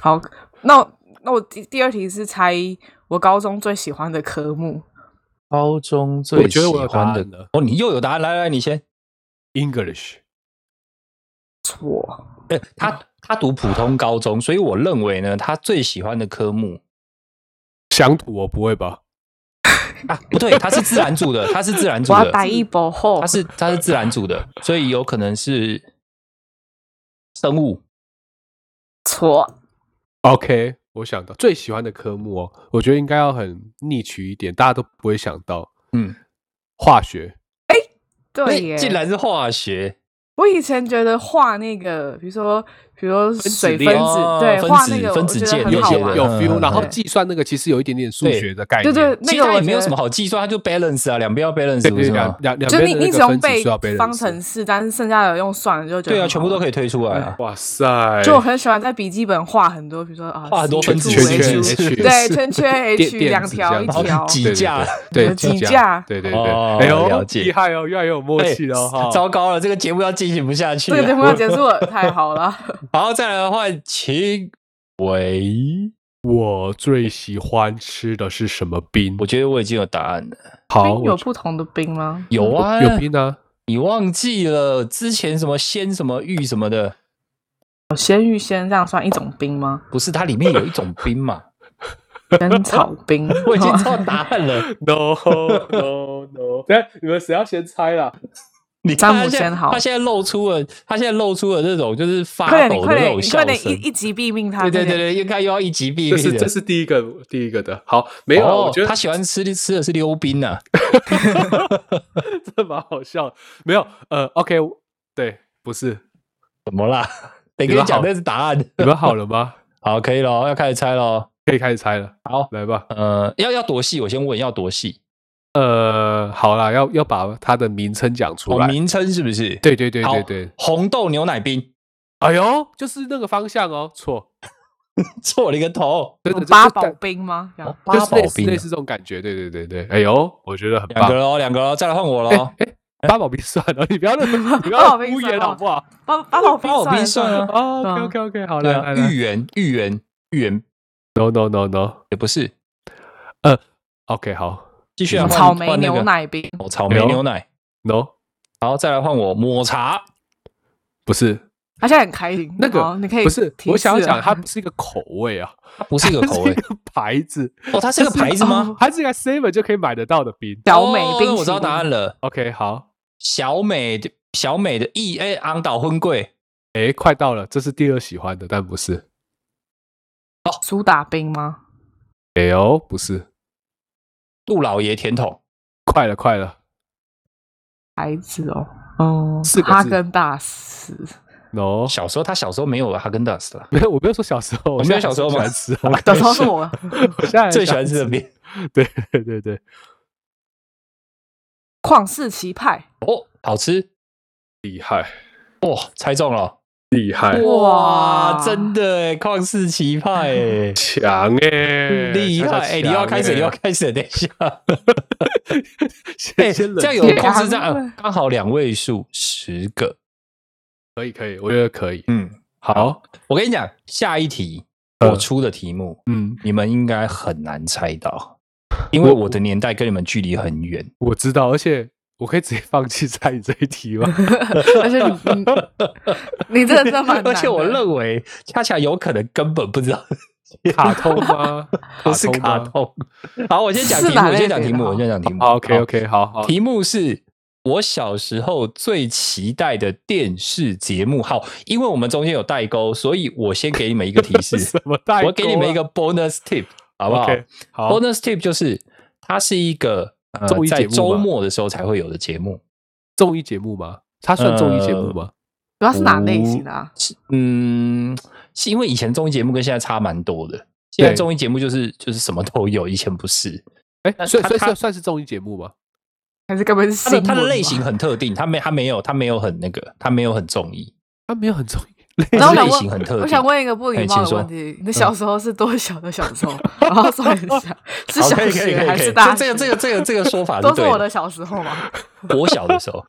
[SPEAKER 3] 好，那我那我第第二题是猜我高中最喜欢的科目，
[SPEAKER 1] 高中
[SPEAKER 2] 我
[SPEAKER 1] 最喜
[SPEAKER 2] 觉得我有答
[SPEAKER 1] 欢的
[SPEAKER 2] 案了
[SPEAKER 1] 哦，你又有答案，来来，你先。
[SPEAKER 2] English。
[SPEAKER 3] 错，
[SPEAKER 1] 呃， 他他读普通高中，所以我认为呢，他最喜欢的科目
[SPEAKER 2] 乡土我不会吧？
[SPEAKER 1] 啊，不对，他是自然组的，他是自然组
[SPEAKER 3] 我要打
[SPEAKER 1] 的，
[SPEAKER 3] 一波后
[SPEAKER 1] 他，是他是自然组的，所以有可能是生物。
[SPEAKER 3] 错，
[SPEAKER 2] OK，我想到最喜欢的科目哦，我觉得应该要很逆取一点，大家都不会想到
[SPEAKER 1] 嗯，
[SPEAKER 2] 化学。
[SPEAKER 3] 对耶，
[SPEAKER 1] 哎竟然是化学，
[SPEAKER 3] 我以前觉得画那个，比如说，比如说水分
[SPEAKER 2] 裂
[SPEAKER 3] 子，
[SPEAKER 1] 哦
[SPEAKER 3] 对，
[SPEAKER 1] 分
[SPEAKER 3] 画
[SPEAKER 1] 子
[SPEAKER 3] 那个，
[SPEAKER 1] 分
[SPEAKER 3] 我
[SPEAKER 1] 子
[SPEAKER 3] 觉
[SPEAKER 1] 键
[SPEAKER 3] 得
[SPEAKER 2] 有
[SPEAKER 3] 很好
[SPEAKER 1] 些
[SPEAKER 2] 有
[SPEAKER 3] 玩。
[SPEAKER 2] 有
[SPEAKER 1] 嗯
[SPEAKER 2] feel，然后
[SPEAKER 3] 对
[SPEAKER 2] 计算那个其实有一点点数学的概
[SPEAKER 3] 对
[SPEAKER 2] 念。
[SPEAKER 3] 对，
[SPEAKER 1] 其
[SPEAKER 3] 那
[SPEAKER 1] 实
[SPEAKER 3] 个
[SPEAKER 1] 它
[SPEAKER 3] 我
[SPEAKER 1] 也没有
[SPEAKER 3] 觉
[SPEAKER 1] 什
[SPEAKER 3] 得
[SPEAKER 1] 么，好计算，它就 balance 啊，两边要 balance
[SPEAKER 2] 对
[SPEAKER 1] 不
[SPEAKER 2] 对，
[SPEAKER 1] 是
[SPEAKER 2] 两
[SPEAKER 1] 吗？
[SPEAKER 2] 两两
[SPEAKER 3] 就
[SPEAKER 2] 边
[SPEAKER 3] 你
[SPEAKER 2] 的那
[SPEAKER 3] 你只
[SPEAKER 2] 个
[SPEAKER 3] 用
[SPEAKER 2] 分子
[SPEAKER 3] 背
[SPEAKER 2] 需要被
[SPEAKER 3] 方程。式，但是剩下的用算了就觉得
[SPEAKER 1] 对啊，
[SPEAKER 3] 很
[SPEAKER 1] 全部
[SPEAKER 3] 好
[SPEAKER 1] 都可以推出来啊。
[SPEAKER 2] 哇塞！
[SPEAKER 3] 就我很喜欢在笔记本画很多，比如说啊，
[SPEAKER 1] 画很多
[SPEAKER 3] C
[SPEAKER 1] 分
[SPEAKER 2] 圈
[SPEAKER 1] 子
[SPEAKER 3] 柱 H
[SPEAKER 2] 圈
[SPEAKER 1] 圈哎圈
[SPEAKER 2] 圈
[SPEAKER 3] 对
[SPEAKER 2] H
[SPEAKER 3] 圈圈 H
[SPEAKER 2] 电
[SPEAKER 3] 两条一
[SPEAKER 1] 然后
[SPEAKER 3] 条
[SPEAKER 1] 几
[SPEAKER 2] 对对
[SPEAKER 1] 架
[SPEAKER 2] 对
[SPEAKER 3] 有
[SPEAKER 2] 几
[SPEAKER 3] 几
[SPEAKER 2] 架，
[SPEAKER 3] 架
[SPEAKER 2] 对对
[SPEAKER 1] 哦
[SPEAKER 2] 对。哎呦，
[SPEAKER 1] 了解
[SPEAKER 2] 厉害哦，越来越有默
[SPEAKER 1] 哎
[SPEAKER 2] 契了哈。
[SPEAKER 1] 糟糕了，这个节目要进行不下去
[SPEAKER 3] 这个节目
[SPEAKER 1] 了。
[SPEAKER 3] 要结束了，太好 了。
[SPEAKER 1] 好，再来换秦喂，
[SPEAKER 2] 我最喜欢吃的是什么冰
[SPEAKER 1] 我？觉得我已经有答案了。
[SPEAKER 2] 好，
[SPEAKER 3] 冰有
[SPEAKER 2] 我
[SPEAKER 3] 不同的冰吗？
[SPEAKER 1] 有啊，
[SPEAKER 2] 有冰啊。
[SPEAKER 1] 你忘记了之前什么鲜什么玉什么的？
[SPEAKER 3] 有鲜芋仙这样算一种冰吗？
[SPEAKER 1] 不是，它里面有一种冰嘛。
[SPEAKER 3] 跟草冰，
[SPEAKER 1] 我已经知道答案了，
[SPEAKER 2] No no no！等下 你们谁要先猜啦？
[SPEAKER 1] 你看
[SPEAKER 3] 詹姆
[SPEAKER 1] 他现在
[SPEAKER 3] 先好
[SPEAKER 1] 他现在露出了，他现在露出了那种就是发
[SPEAKER 3] 快点，你
[SPEAKER 1] 抖
[SPEAKER 3] 快
[SPEAKER 1] 的那
[SPEAKER 3] 点，
[SPEAKER 1] 种
[SPEAKER 3] 你快
[SPEAKER 1] 笑
[SPEAKER 3] 点一
[SPEAKER 1] 声。
[SPEAKER 3] 一击毙命他！
[SPEAKER 1] 对对
[SPEAKER 3] 快
[SPEAKER 1] 对
[SPEAKER 3] 点
[SPEAKER 1] 对，应该又要一击毙
[SPEAKER 2] 这是
[SPEAKER 1] 命
[SPEAKER 2] 这
[SPEAKER 1] 的。
[SPEAKER 2] 是第一个第一个的。好，没有啊，
[SPEAKER 1] 哦
[SPEAKER 2] 我觉得
[SPEAKER 1] 他喜欢吃吃的是溜冰啊呐、
[SPEAKER 2] 这蛮好笑的。没有，呃，OK，对，不是，
[SPEAKER 1] 怎么啦？得跟
[SPEAKER 2] 你
[SPEAKER 1] 你
[SPEAKER 2] 们
[SPEAKER 1] 讲
[SPEAKER 2] 好
[SPEAKER 1] 那是答案。
[SPEAKER 2] 你们好了吗？
[SPEAKER 1] 好，可以了，要开始猜喽。
[SPEAKER 2] 可以开始猜了。
[SPEAKER 1] 好
[SPEAKER 2] 来吧。
[SPEAKER 1] 呃，要要多细？我先问要多细？
[SPEAKER 2] 呃，好啦，要要把它的名称讲出
[SPEAKER 1] 哦，
[SPEAKER 2] 来。
[SPEAKER 1] 名称是不是？
[SPEAKER 2] 对对对
[SPEAKER 1] 好
[SPEAKER 2] 对对。
[SPEAKER 1] 红豆牛奶冰，
[SPEAKER 2] 哎呦，就是那个方向哦，错，
[SPEAKER 1] 错了一个头。
[SPEAKER 2] 真
[SPEAKER 3] 有
[SPEAKER 2] 的
[SPEAKER 3] 八宝
[SPEAKER 2] 宝，
[SPEAKER 3] 冰吗？这样
[SPEAKER 1] 哦
[SPEAKER 2] 就
[SPEAKER 1] 八
[SPEAKER 2] 是
[SPEAKER 1] 宝
[SPEAKER 2] 类似
[SPEAKER 1] 冰啊
[SPEAKER 2] 类，似这种感觉。对对对对，哎呦，我觉得很
[SPEAKER 1] 两个哦
[SPEAKER 2] 棒。
[SPEAKER 1] 喽，两个喽，再来换我
[SPEAKER 2] 哎
[SPEAKER 1] 喽。
[SPEAKER 2] 哎，八宝冰算了，你不要 那么你不
[SPEAKER 3] 八
[SPEAKER 2] 要
[SPEAKER 3] 宝冰
[SPEAKER 2] 敷
[SPEAKER 3] 算
[SPEAKER 2] 衍
[SPEAKER 3] 了
[SPEAKER 2] 好不好？
[SPEAKER 3] 八八宝冰
[SPEAKER 1] 八宝冰
[SPEAKER 3] 算
[SPEAKER 1] 算
[SPEAKER 3] 了
[SPEAKER 1] 啊
[SPEAKER 2] 哦，OK OK OK，好
[SPEAKER 1] 对
[SPEAKER 2] 来来
[SPEAKER 1] 啊，
[SPEAKER 2] 来
[SPEAKER 1] 芋。圆，芋圆，芋圆
[SPEAKER 2] No no no no，
[SPEAKER 1] 也不是。
[SPEAKER 2] OK，好
[SPEAKER 1] 继续啊，换
[SPEAKER 3] 草莓
[SPEAKER 1] 换那个
[SPEAKER 3] 牛奶冰，
[SPEAKER 1] 哦，草莓
[SPEAKER 2] 哎呦
[SPEAKER 1] 牛奶，
[SPEAKER 2] ，No，
[SPEAKER 1] 然后再来换我抹茶。
[SPEAKER 2] 不是
[SPEAKER 3] 他现在很开心。
[SPEAKER 2] 那
[SPEAKER 3] 好
[SPEAKER 2] 个，
[SPEAKER 3] 你可以
[SPEAKER 2] 不是
[SPEAKER 3] 提
[SPEAKER 2] 我想要
[SPEAKER 3] 示啊
[SPEAKER 2] 讲，它不是一个口味啊，
[SPEAKER 1] 它不是一个口味
[SPEAKER 2] 它是一个牌子，
[SPEAKER 1] 哦，它是一个牌子吗？
[SPEAKER 2] 它是一个 Seven 就可以买得到的冰。
[SPEAKER 3] 小美
[SPEAKER 1] 哦
[SPEAKER 3] 冰淇
[SPEAKER 1] 那
[SPEAKER 3] 淋，
[SPEAKER 1] 我知道答案了。
[SPEAKER 2] OK，好，
[SPEAKER 1] 小美的小美的意哎，昂岛婚贵
[SPEAKER 2] 诶，快到了，这是第二喜欢的，但不是。
[SPEAKER 3] 苏打冰吗？
[SPEAKER 2] 哎呦，不是，
[SPEAKER 1] 杜老爷甜筒，
[SPEAKER 2] 快了，快了
[SPEAKER 3] 孩子哦，哦
[SPEAKER 2] 四，个字
[SPEAKER 3] 哈根达斯，
[SPEAKER 2] ，No，
[SPEAKER 1] 小时候他小时候没有哈根达斯了，
[SPEAKER 2] 没有，我没有说小时候，我
[SPEAKER 1] 没有
[SPEAKER 2] 现在
[SPEAKER 1] 小时候
[SPEAKER 2] 喜
[SPEAKER 1] 吗
[SPEAKER 2] 欢吃啊，
[SPEAKER 3] 小时候 是我
[SPEAKER 2] 我现在很
[SPEAKER 1] 最喜欢吃的
[SPEAKER 2] 吃，
[SPEAKER 1] 面
[SPEAKER 2] 对 对对对，
[SPEAKER 3] 旷世奇派，
[SPEAKER 1] 哦，好吃
[SPEAKER 2] 厉害
[SPEAKER 1] 哦，猜中了。
[SPEAKER 2] 厉害，
[SPEAKER 3] 哇
[SPEAKER 1] 哇，真的哎，旷世奇派 哎，
[SPEAKER 2] 强哎，
[SPEAKER 1] 厉害哎！
[SPEAKER 2] 哎，
[SPEAKER 1] 你要开始，你要 开始，等一下，哎，
[SPEAKER 2] 先先
[SPEAKER 1] 这样有
[SPEAKER 2] 冷静
[SPEAKER 1] 控制
[SPEAKER 3] 两
[SPEAKER 1] 站
[SPEAKER 3] 位，
[SPEAKER 1] 刚好两位数，十个。
[SPEAKER 2] 可以可以，我觉得可以，
[SPEAKER 1] 嗯，
[SPEAKER 2] 好，
[SPEAKER 1] 我跟你讲，下一题
[SPEAKER 2] 嗯
[SPEAKER 1] 我出的题目，
[SPEAKER 2] 嗯，
[SPEAKER 1] 你们应该很难猜到，因为我的年代跟你们距离很远。
[SPEAKER 2] 我知道，而且我可以直接放弃猜你这一题吗？
[SPEAKER 3] 而且你你你这 个真的蛮难 的，
[SPEAKER 1] 而且我认为恰恰有可能根本不知道
[SPEAKER 2] 卡通吗？
[SPEAKER 1] 不是卡
[SPEAKER 2] 卡通吗。
[SPEAKER 1] 通。好，我先讲题
[SPEAKER 3] 是
[SPEAKER 1] 目，
[SPEAKER 3] 哪
[SPEAKER 1] 我
[SPEAKER 3] 类
[SPEAKER 1] 先讲题
[SPEAKER 3] 别的
[SPEAKER 1] 目，
[SPEAKER 3] 啊
[SPEAKER 1] 我先讲题目。
[SPEAKER 2] 好，OK OK，好好，
[SPEAKER 1] 题目是我小时候最期待的电视节目。好，因为我们中间有代沟，所以我先给你们一个提示
[SPEAKER 2] 什，么代沟啊？
[SPEAKER 1] 我给你们一个 bonus tip，好不好
[SPEAKER 2] OK，好
[SPEAKER 1] bonus tip 就是它是一个呃
[SPEAKER 2] 综艺节目
[SPEAKER 1] 在
[SPEAKER 2] 吗
[SPEAKER 1] 周末的时候才会有的节目。
[SPEAKER 2] 综艺节目吗？它算综艺节目吗？
[SPEAKER 3] 主要是哪类型的啊？
[SPEAKER 1] 是嗯，是因为以前综艺节目跟现在差蛮多的。现在
[SPEAKER 2] 对
[SPEAKER 1] 综艺节目就是就是什么都有，以前不是。
[SPEAKER 2] 哎，
[SPEAKER 1] 它
[SPEAKER 2] 所以
[SPEAKER 1] 呃它
[SPEAKER 2] 所以
[SPEAKER 1] 它
[SPEAKER 2] 算算是综艺节目吗？
[SPEAKER 3] 还是根本是
[SPEAKER 1] 它的
[SPEAKER 3] 新
[SPEAKER 1] 它的
[SPEAKER 3] 闻
[SPEAKER 1] 类
[SPEAKER 3] 吧
[SPEAKER 1] 型很特定，它没它没有它没有很那个，它没有很综艺，
[SPEAKER 2] 它没有很综艺，
[SPEAKER 1] 它
[SPEAKER 3] 然后我
[SPEAKER 1] 的
[SPEAKER 3] 想
[SPEAKER 1] 类
[SPEAKER 3] 问
[SPEAKER 1] 型很特定。
[SPEAKER 3] 我想问一个不
[SPEAKER 1] 哎
[SPEAKER 3] 礼貌
[SPEAKER 1] 请
[SPEAKER 3] 的
[SPEAKER 1] 说
[SPEAKER 3] 问题：你小时候是多小的小 时候？然后算一下，是
[SPEAKER 1] 好
[SPEAKER 3] 小
[SPEAKER 1] 可以可以可
[SPEAKER 3] 学
[SPEAKER 1] 以
[SPEAKER 3] 还
[SPEAKER 1] 可以
[SPEAKER 3] 是大
[SPEAKER 1] 这
[SPEAKER 3] 学？
[SPEAKER 1] 这个这个这个这个说法
[SPEAKER 3] 都
[SPEAKER 1] 是
[SPEAKER 3] 是
[SPEAKER 1] 对
[SPEAKER 3] 我的小时候嘛。
[SPEAKER 1] 我小的时 候，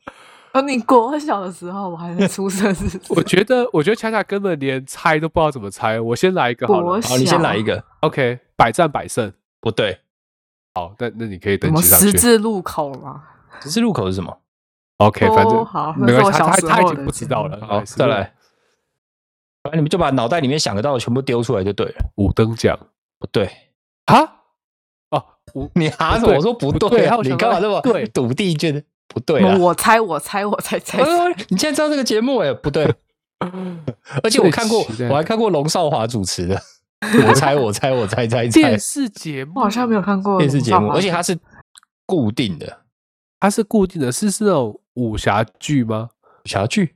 [SPEAKER 3] 哦，你国小的时候我还没出 生，是不
[SPEAKER 2] 我
[SPEAKER 3] 是？
[SPEAKER 2] 觉得，我觉得恰恰根本连猜都不知道怎么猜。我先来一个好
[SPEAKER 3] 国
[SPEAKER 2] 了
[SPEAKER 3] 小
[SPEAKER 1] 好，你先来一个，
[SPEAKER 2] ，OK，百战百胜。
[SPEAKER 1] 不对，
[SPEAKER 2] 好，那那你可以
[SPEAKER 3] 什
[SPEAKER 2] 等
[SPEAKER 3] 么
[SPEAKER 2] 级上
[SPEAKER 3] 十
[SPEAKER 2] 去。
[SPEAKER 3] 字路口嘛？
[SPEAKER 1] 十字路口是什么？
[SPEAKER 2] OK，反正
[SPEAKER 3] 哦好
[SPEAKER 2] 没关系，
[SPEAKER 3] 那是我
[SPEAKER 2] 他他
[SPEAKER 3] 小时候
[SPEAKER 2] 他已经
[SPEAKER 3] 的
[SPEAKER 2] 不知道了。
[SPEAKER 1] 好，
[SPEAKER 2] 哎
[SPEAKER 1] 再来，，反正你们就把脑袋里面想得到的全部丢出来就对了。
[SPEAKER 2] 五等奖
[SPEAKER 1] 不对，
[SPEAKER 2] 啊？哦， 五
[SPEAKER 1] 你哈什
[SPEAKER 2] 不对
[SPEAKER 1] 么？我说不
[SPEAKER 2] 不对
[SPEAKER 1] 对
[SPEAKER 2] 还
[SPEAKER 1] 啊，
[SPEAKER 2] 有
[SPEAKER 1] 你
[SPEAKER 2] 想
[SPEAKER 1] 干
[SPEAKER 2] 到
[SPEAKER 1] 嘛那么
[SPEAKER 2] 对
[SPEAKER 1] 笃定觉得不对
[SPEAKER 3] 什么
[SPEAKER 1] 啊？
[SPEAKER 3] 我猜，我猜，我猜猜。猜
[SPEAKER 1] 哎你现在知道这个节目哎？不 对，而且我看过
[SPEAKER 2] 最期待，的
[SPEAKER 1] 我还看过龙少华主持 的。我猜，我猜，我猜，猜猜
[SPEAKER 2] 电视节目，
[SPEAKER 3] 我好像没有看过
[SPEAKER 1] 电视节目，而且
[SPEAKER 3] 还
[SPEAKER 1] 它是固定的
[SPEAKER 2] 它是固定的，是是那种武侠剧吗？
[SPEAKER 1] 武侠剧，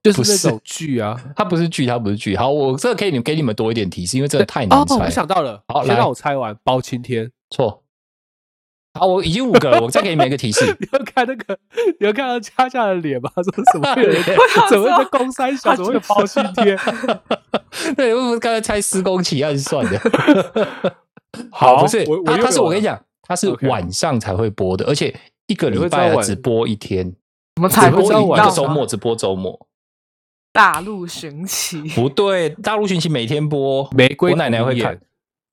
[SPEAKER 2] 就是
[SPEAKER 1] 不
[SPEAKER 2] 那
[SPEAKER 1] 是
[SPEAKER 2] 种剧啊。
[SPEAKER 1] 它不是剧，它不是剧。好，我这个可以你给你们多一点提示，因为这个太难
[SPEAKER 2] 哦，
[SPEAKER 1] 猜
[SPEAKER 2] 我
[SPEAKER 1] 了。
[SPEAKER 2] 想到了，
[SPEAKER 1] 好
[SPEAKER 2] 先
[SPEAKER 1] 来
[SPEAKER 2] 让我猜完。包青天，
[SPEAKER 1] 错。好，我已经五个了，我再给你们一个提 示。
[SPEAKER 2] 你要看那个，你要看到恰恰的脸吗？ 说 什么会有人
[SPEAKER 3] 想
[SPEAKER 2] 怎么会在
[SPEAKER 3] 说
[SPEAKER 2] 公山小，怎么会有包青天？
[SPEAKER 1] 对，我刚才猜施工奇案是算的。
[SPEAKER 2] 好，
[SPEAKER 1] 不是
[SPEAKER 2] 我，
[SPEAKER 1] 它它是我跟你，
[SPEAKER 2] 又有了
[SPEAKER 1] 讲，它是
[SPEAKER 2] OK
[SPEAKER 1] 晚上才会播的，而且一个
[SPEAKER 2] 你会
[SPEAKER 1] 礼
[SPEAKER 2] 知道
[SPEAKER 1] 拜它
[SPEAKER 2] 晚
[SPEAKER 1] 只播一天，
[SPEAKER 3] 什么
[SPEAKER 1] 只
[SPEAKER 3] 才
[SPEAKER 2] 会
[SPEAKER 1] 播
[SPEAKER 2] 知道晚
[SPEAKER 1] 一一个
[SPEAKER 2] 上
[SPEAKER 1] 周末，只播周末。
[SPEAKER 3] 大陆寻奇，
[SPEAKER 1] 不对，大陆寻奇每天播，
[SPEAKER 2] 玫瑰
[SPEAKER 1] 我奶奶
[SPEAKER 2] 同
[SPEAKER 1] 会
[SPEAKER 2] 林
[SPEAKER 1] 看
[SPEAKER 2] 演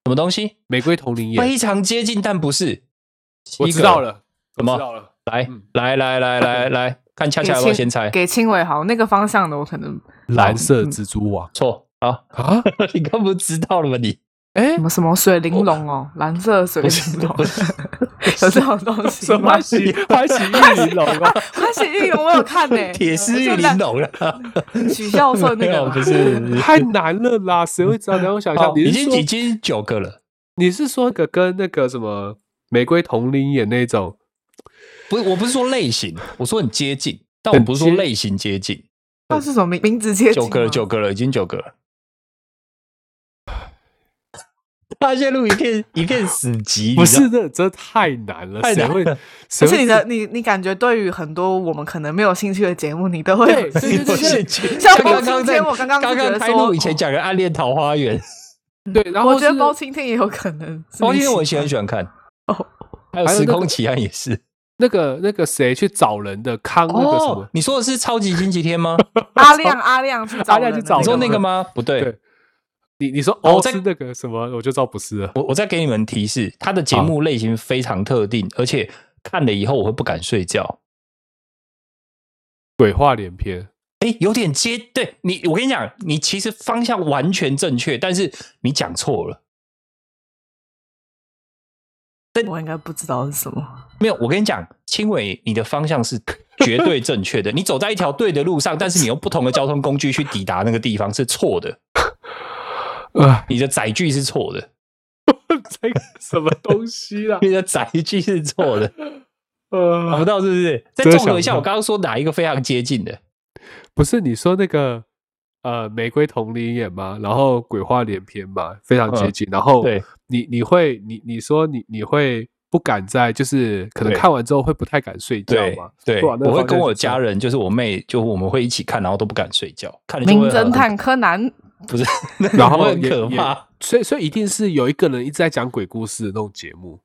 [SPEAKER 1] 什么东西？
[SPEAKER 2] 玫瑰同林演，
[SPEAKER 1] 非常接近，但不是。
[SPEAKER 2] 我
[SPEAKER 1] 一
[SPEAKER 2] 知
[SPEAKER 1] 个
[SPEAKER 2] 道，了，我
[SPEAKER 1] 什么
[SPEAKER 2] 知道了，
[SPEAKER 1] 来
[SPEAKER 2] 嗯
[SPEAKER 1] 来来来来来，看恰
[SPEAKER 3] 给
[SPEAKER 1] 恰要不要
[SPEAKER 3] 青
[SPEAKER 1] 先猜？
[SPEAKER 3] 给青伟豪那个方向的，我可能
[SPEAKER 2] 蓝色蜘蛛网
[SPEAKER 1] 错 啊，
[SPEAKER 2] 啊？
[SPEAKER 1] 你刚不是知道了吗？你
[SPEAKER 2] 哎
[SPEAKER 3] 什，么什么水玲珑哦，蓝色水玲珑，有这种东西
[SPEAKER 2] 什
[SPEAKER 3] 吗
[SPEAKER 2] 么？喜欢喜玉玲珑啊？
[SPEAKER 3] 欢喜玉龙我有看呢、
[SPEAKER 1] 铁丝玉
[SPEAKER 3] 就
[SPEAKER 1] 玲
[SPEAKER 3] 烂
[SPEAKER 1] 珑 了，
[SPEAKER 3] 许孝顺
[SPEAKER 1] 哦没
[SPEAKER 3] 那
[SPEAKER 1] 有
[SPEAKER 3] 个
[SPEAKER 1] 不是。不是
[SPEAKER 2] 太难了啦，谁会知道？你让我想一下
[SPEAKER 1] 好，已
[SPEAKER 2] 你是
[SPEAKER 1] 经
[SPEAKER 2] 说
[SPEAKER 1] 已经九个了，
[SPEAKER 2] 你是说那个跟那个什么玫瑰同林演那种？
[SPEAKER 1] 不是，我不是说类型，我说很接近，但我不是说类型接近，
[SPEAKER 3] 那是什么名名字接近
[SPEAKER 1] 九
[SPEAKER 3] 吗
[SPEAKER 1] 个了，九个了，已经九个了。他陷入一片一片死寂，
[SPEAKER 2] 不
[SPEAKER 1] 你知道
[SPEAKER 2] 是，这这太难了，
[SPEAKER 1] 太
[SPEAKER 2] 谁
[SPEAKER 1] 难
[SPEAKER 2] 会
[SPEAKER 1] 了？
[SPEAKER 2] 谁
[SPEAKER 3] 而
[SPEAKER 2] 会
[SPEAKER 3] 且你的你你感觉对于很多我们可能没有兴趣的节目，你都会有
[SPEAKER 2] 对对对
[SPEAKER 3] 兴
[SPEAKER 1] 我
[SPEAKER 2] 对
[SPEAKER 3] 趣
[SPEAKER 1] 是
[SPEAKER 3] 像
[SPEAKER 1] 像刚
[SPEAKER 3] 包
[SPEAKER 1] 刚
[SPEAKER 3] 青
[SPEAKER 1] 在
[SPEAKER 3] 天我刚刚就
[SPEAKER 1] 刚
[SPEAKER 3] 觉
[SPEAKER 1] 刚
[SPEAKER 3] 得
[SPEAKER 1] 开
[SPEAKER 3] 说
[SPEAKER 1] 录以前讲的《暗恋桃花源》，
[SPEAKER 2] 对？然后
[SPEAKER 3] 我觉得
[SPEAKER 2] 是
[SPEAKER 3] 包青天也有可能。
[SPEAKER 1] 包青天我以
[SPEAKER 3] 以
[SPEAKER 1] 前
[SPEAKER 3] 前
[SPEAKER 1] 很喜欢看，
[SPEAKER 3] 哦，
[SPEAKER 1] 还有《
[SPEAKER 2] 还有
[SPEAKER 1] 时
[SPEAKER 2] 那
[SPEAKER 1] 空
[SPEAKER 2] 个
[SPEAKER 1] 奇案》也是。
[SPEAKER 2] 那个那个谁去找人的康那个什么
[SPEAKER 1] 哦，？你说的是《超级星期天》吗？
[SPEAKER 3] 阿亮阿亮去找
[SPEAKER 2] 阿亮去
[SPEAKER 3] 人的啊
[SPEAKER 1] 你
[SPEAKER 3] 那
[SPEAKER 2] 找
[SPEAKER 1] 说
[SPEAKER 3] 个
[SPEAKER 1] 那
[SPEAKER 2] 人
[SPEAKER 1] 个吗？不对
[SPEAKER 2] 对，你你说
[SPEAKER 1] 哦
[SPEAKER 2] 哦
[SPEAKER 1] 在
[SPEAKER 2] 是那个什么，我就知道不是了。
[SPEAKER 1] 我我再给你们提示，它的节目类型非常特定，而且看了以后我会不敢睡觉。
[SPEAKER 2] 鬼话连篇，
[SPEAKER 1] 哎，有点接，对你，我跟你讲，你其实方向完全正确，但是你讲错了。
[SPEAKER 3] 我应该不知道是什么。
[SPEAKER 1] 没有，我跟你讲，青伟，你的方向是绝对正确的，你 走在一条对的路上，但是你用不同的交通工具去抵达那个地方是错的，
[SPEAKER 2] 呃，
[SPEAKER 1] 你的载具是错的，
[SPEAKER 2] 这个什么东西 啦？
[SPEAKER 1] 你的载具是错的，想不
[SPEAKER 2] 呃，
[SPEAKER 1] 到是不是？再
[SPEAKER 2] 真的
[SPEAKER 1] 综合一下，
[SPEAKER 2] 想不到
[SPEAKER 1] 我刚刚说哪一个非常接近的？
[SPEAKER 2] 不是你说那个呃，玫瑰同林演嘛，然后鬼话连篇嘛，非常接近。然后
[SPEAKER 1] 嗯对，
[SPEAKER 2] 你你会你你说你你会不敢在，就是可能
[SPEAKER 1] 对
[SPEAKER 2] 看完之后会不太敢睡觉
[SPEAKER 1] 对
[SPEAKER 2] 嘛？
[SPEAKER 1] 对，
[SPEAKER 2] 不然那个
[SPEAKER 1] 我会
[SPEAKER 2] 方向
[SPEAKER 1] 跟我
[SPEAKER 2] 是这样
[SPEAKER 1] 家人，就是我妹，就我们会一起看，然后都不敢睡觉，看了就会
[SPEAKER 3] 名
[SPEAKER 1] 很
[SPEAKER 3] 侦探柯南，
[SPEAKER 1] 不是，那
[SPEAKER 2] 然后
[SPEAKER 1] 很
[SPEAKER 2] 也
[SPEAKER 1] 可
[SPEAKER 2] 也
[SPEAKER 1] 怕。
[SPEAKER 2] 所以所以一定是有一个人一直在讲鬼故事的那种节目，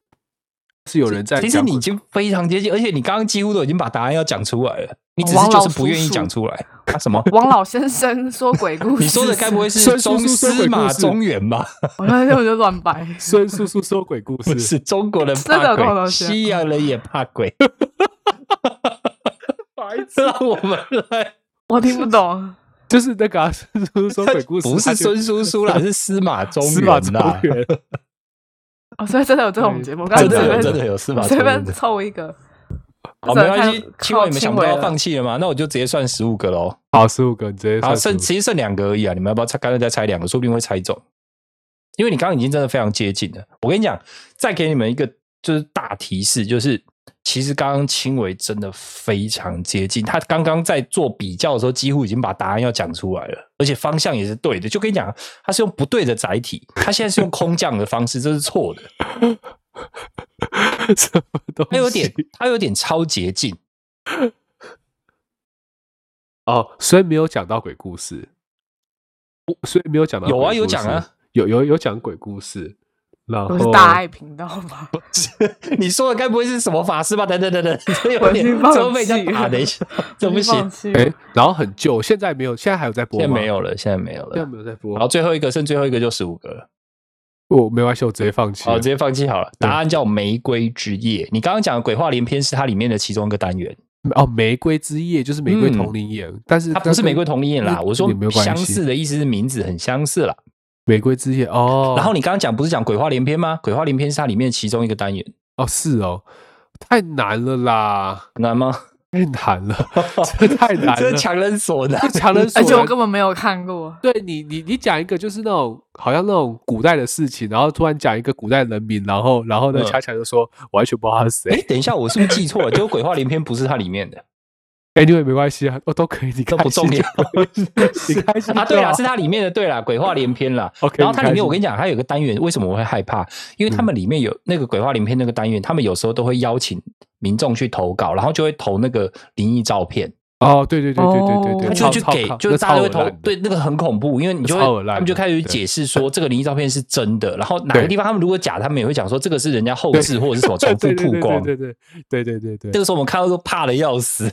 [SPEAKER 2] 是有人在
[SPEAKER 1] 其实
[SPEAKER 2] 讲
[SPEAKER 1] 你
[SPEAKER 2] 鬼
[SPEAKER 1] 已经非常接近，而且你刚刚几乎都已经把答案要讲出来了，你只是
[SPEAKER 3] 王
[SPEAKER 1] 就
[SPEAKER 3] 老
[SPEAKER 1] 是不愿意
[SPEAKER 3] 叔叔
[SPEAKER 1] 讲出来。啊什么？
[SPEAKER 3] 王老先生说鬼故事，
[SPEAKER 1] 你说的该不会
[SPEAKER 2] 孙
[SPEAKER 1] 是
[SPEAKER 2] 叔
[SPEAKER 1] 中
[SPEAKER 2] 叔说
[SPEAKER 1] 司
[SPEAKER 2] 鬼故
[SPEAKER 1] 马
[SPEAKER 2] 事
[SPEAKER 1] 中原吧？
[SPEAKER 3] 我那天我就乱掰。
[SPEAKER 2] 孙叔叔说鬼故
[SPEAKER 1] 不
[SPEAKER 2] 事，
[SPEAKER 1] 是，中国人
[SPEAKER 3] 真
[SPEAKER 1] 怕
[SPEAKER 3] 的有这种
[SPEAKER 1] 鬼，
[SPEAKER 3] 东西啊
[SPEAKER 1] 西洋人也怕鬼，
[SPEAKER 2] 白痴
[SPEAKER 1] 让我 们来。
[SPEAKER 3] 我听不懂，
[SPEAKER 2] 就是那个啊孙、叔叔说鬼故事，
[SPEAKER 1] 不
[SPEAKER 2] 他
[SPEAKER 1] 是
[SPEAKER 2] 就
[SPEAKER 1] 孙叔叔啦，是司马中
[SPEAKER 2] 司马
[SPEAKER 1] 原
[SPEAKER 2] 中
[SPEAKER 1] 啦。
[SPEAKER 2] 原，
[SPEAKER 3] 哦，所以真的有这种节目，我刚
[SPEAKER 1] 真的
[SPEAKER 3] 刚随
[SPEAKER 1] 有，
[SPEAKER 3] 便
[SPEAKER 1] 真的有司马中
[SPEAKER 3] 随
[SPEAKER 1] 原
[SPEAKER 3] 便
[SPEAKER 1] 的。
[SPEAKER 3] 凑一个，
[SPEAKER 1] 好，
[SPEAKER 3] 只
[SPEAKER 1] 没
[SPEAKER 3] 能
[SPEAKER 1] 关系
[SPEAKER 3] 看，
[SPEAKER 1] 青伟你们
[SPEAKER 3] 靠
[SPEAKER 1] 想不
[SPEAKER 3] 青
[SPEAKER 1] 到
[SPEAKER 3] 伟
[SPEAKER 1] 放弃了吗？那我就直接算十五个喽。
[SPEAKER 2] 好十五个，你直接
[SPEAKER 1] 好，
[SPEAKER 2] 算
[SPEAKER 1] 剩
[SPEAKER 2] 15
[SPEAKER 1] 其实剩两个而已啊！你们要不要猜？干脆再猜两个，说不定会猜中。因为你刚刚已经真的非常接近了。我跟你讲，再给你们一个就是大提示，就是其实刚刚青伟真的非常接近，他刚刚在做比较的时候，几乎已经把答案要讲出来了，而且方向也是对的。就跟你讲，他是用不对的载体，他现在是用空降的方式，这是错 的。
[SPEAKER 2] 什么东西？
[SPEAKER 1] 他有点，他有点超捷径。
[SPEAKER 2] 哦，所以没有讲到鬼故事，所以没有讲到
[SPEAKER 1] 有啊
[SPEAKER 2] 鬼故
[SPEAKER 1] 有讲啊
[SPEAKER 2] 事，有有有讲鬼故事，然
[SPEAKER 3] 我
[SPEAKER 2] 后
[SPEAKER 3] 是大爱频道吧？
[SPEAKER 1] 你说的该不会是什么法师吧？等等等等， 这有
[SPEAKER 3] 我已
[SPEAKER 1] 点
[SPEAKER 3] 经放
[SPEAKER 1] 怎么被人
[SPEAKER 3] 弃
[SPEAKER 1] 家打？
[SPEAKER 3] 了
[SPEAKER 1] 等一下， 怎么行
[SPEAKER 3] 放？弃
[SPEAKER 2] 哎，然后很旧，现在没有，现在还有在播
[SPEAKER 1] 现
[SPEAKER 2] 吗？
[SPEAKER 1] 在没，有了，现在没有
[SPEAKER 2] 现在
[SPEAKER 1] 了。
[SPEAKER 2] 没有在播。
[SPEAKER 1] 然后最后一个剩最后一个就十五个了，
[SPEAKER 2] 我没关系，我直接放弃
[SPEAKER 1] 好，
[SPEAKER 2] 了。
[SPEAKER 1] 哦直接放弃好了。
[SPEAKER 2] 对
[SPEAKER 1] 答案叫《玫瑰之夜》。你刚刚讲的鬼话连篇是它里面的其中一个单元，
[SPEAKER 2] 哦，玫瑰之夜就是玫瑰
[SPEAKER 1] 嗯
[SPEAKER 2] 同林演，但是
[SPEAKER 1] 它不是
[SPEAKER 2] 跟
[SPEAKER 1] 玫瑰同一眼啦。
[SPEAKER 2] 那
[SPEAKER 1] 我说
[SPEAKER 2] 也没有关
[SPEAKER 1] 相
[SPEAKER 2] 系
[SPEAKER 1] 似的意思是名字很相似啦。
[SPEAKER 2] 玫瑰之夜哦。
[SPEAKER 1] 然后你刚刚讲不是讲鬼话连篇吗？鬼话连篇是它里面其中一个单元，
[SPEAKER 2] 哦是哦，太难了啦，
[SPEAKER 1] 难吗？
[SPEAKER 2] 太难了， 这太 难
[SPEAKER 1] 这
[SPEAKER 2] 了
[SPEAKER 1] 是，强人所难。
[SPEAKER 2] 强 人所
[SPEAKER 3] 而且我
[SPEAKER 2] 难。
[SPEAKER 3] 根本没有看过，
[SPEAKER 2] 对你，你你讲一个就是那种好像那种古代的事情，然后突然讲一个古代人名，然后然后呢，
[SPEAKER 1] 嗯
[SPEAKER 2] 恰恰就说完全不知道他是
[SPEAKER 1] 哎
[SPEAKER 2] 谁。，
[SPEAKER 1] 等一下，我是不是记错了？就 鬼话连篇不是它里面 的，
[SPEAKER 2] Anyway，没关系啊，哦都可以，你
[SPEAKER 1] 这
[SPEAKER 2] 开
[SPEAKER 1] 不
[SPEAKER 2] 心
[SPEAKER 1] 重要
[SPEAKER 2] 就好。 你开心
[SPEAKER 1] 啊，对
[SPEAKER 2] 啊
[SPEAKER 1] 啦，是它里面的，对啦，鬼话连篇啦。
[SPEAKER 2] OK。
[SPEAKER 1] 然后它里面，我跟
[SPEAKER 2] 你
[SPEAKER 1] 你讲，它有个单元，为什么我会害怕？因为他们里面有那个鬼话连篇那个单元，他们有时候都会邀请民众去投稿，然后就会投那个灵异照片，
[SPEAKER 2] 哦，对对对对对对
[SPEAKER 3] 哦
[SPEAKER 2] 对，
[SPEAKER 1] 他就
[SPEAKER 2] 超
[SPEAKER 1] 去
[SPEAKER 2] 超
[SPEAKER 1] 给
[SPEAKER 2] 靠，
[SPEAKER 1] 就
[SPEAKER 2] 那
[SPEAKER 1] 是大家
[SPEAKER 2] 超
[SPEAKER 1] 都会
[SPEAKER 2] 恶
[SPEAKER 1] 投
[SPEAKER 2] 烂，的
[SPEAKER 1] 对，那个很恐怖，因为你就
[SPEAKER 2] 超恶
[SPEAKER 1] 会
[SPEAKER 2] 烂的
[SPEAKER 1] 他们就开始解释说这个灵异照片是真的，然后哪个
[SPEAKER 2] 对
[SPEAKER 1] 地方他们如果假，他们也会讲说这个是人家后置或者是什么重
[SPEAKER 2] 对
[SPEAKER 1] 复
[SPEAKER 2] 对
[SPEAKER 1] 曝光。
[SPEAKER 2] 对对对对对对对
[SPEAKER 1] 这
[SPEAKER 2] 对
[SPEAKER 1] 个时候我们看到都怕的要死，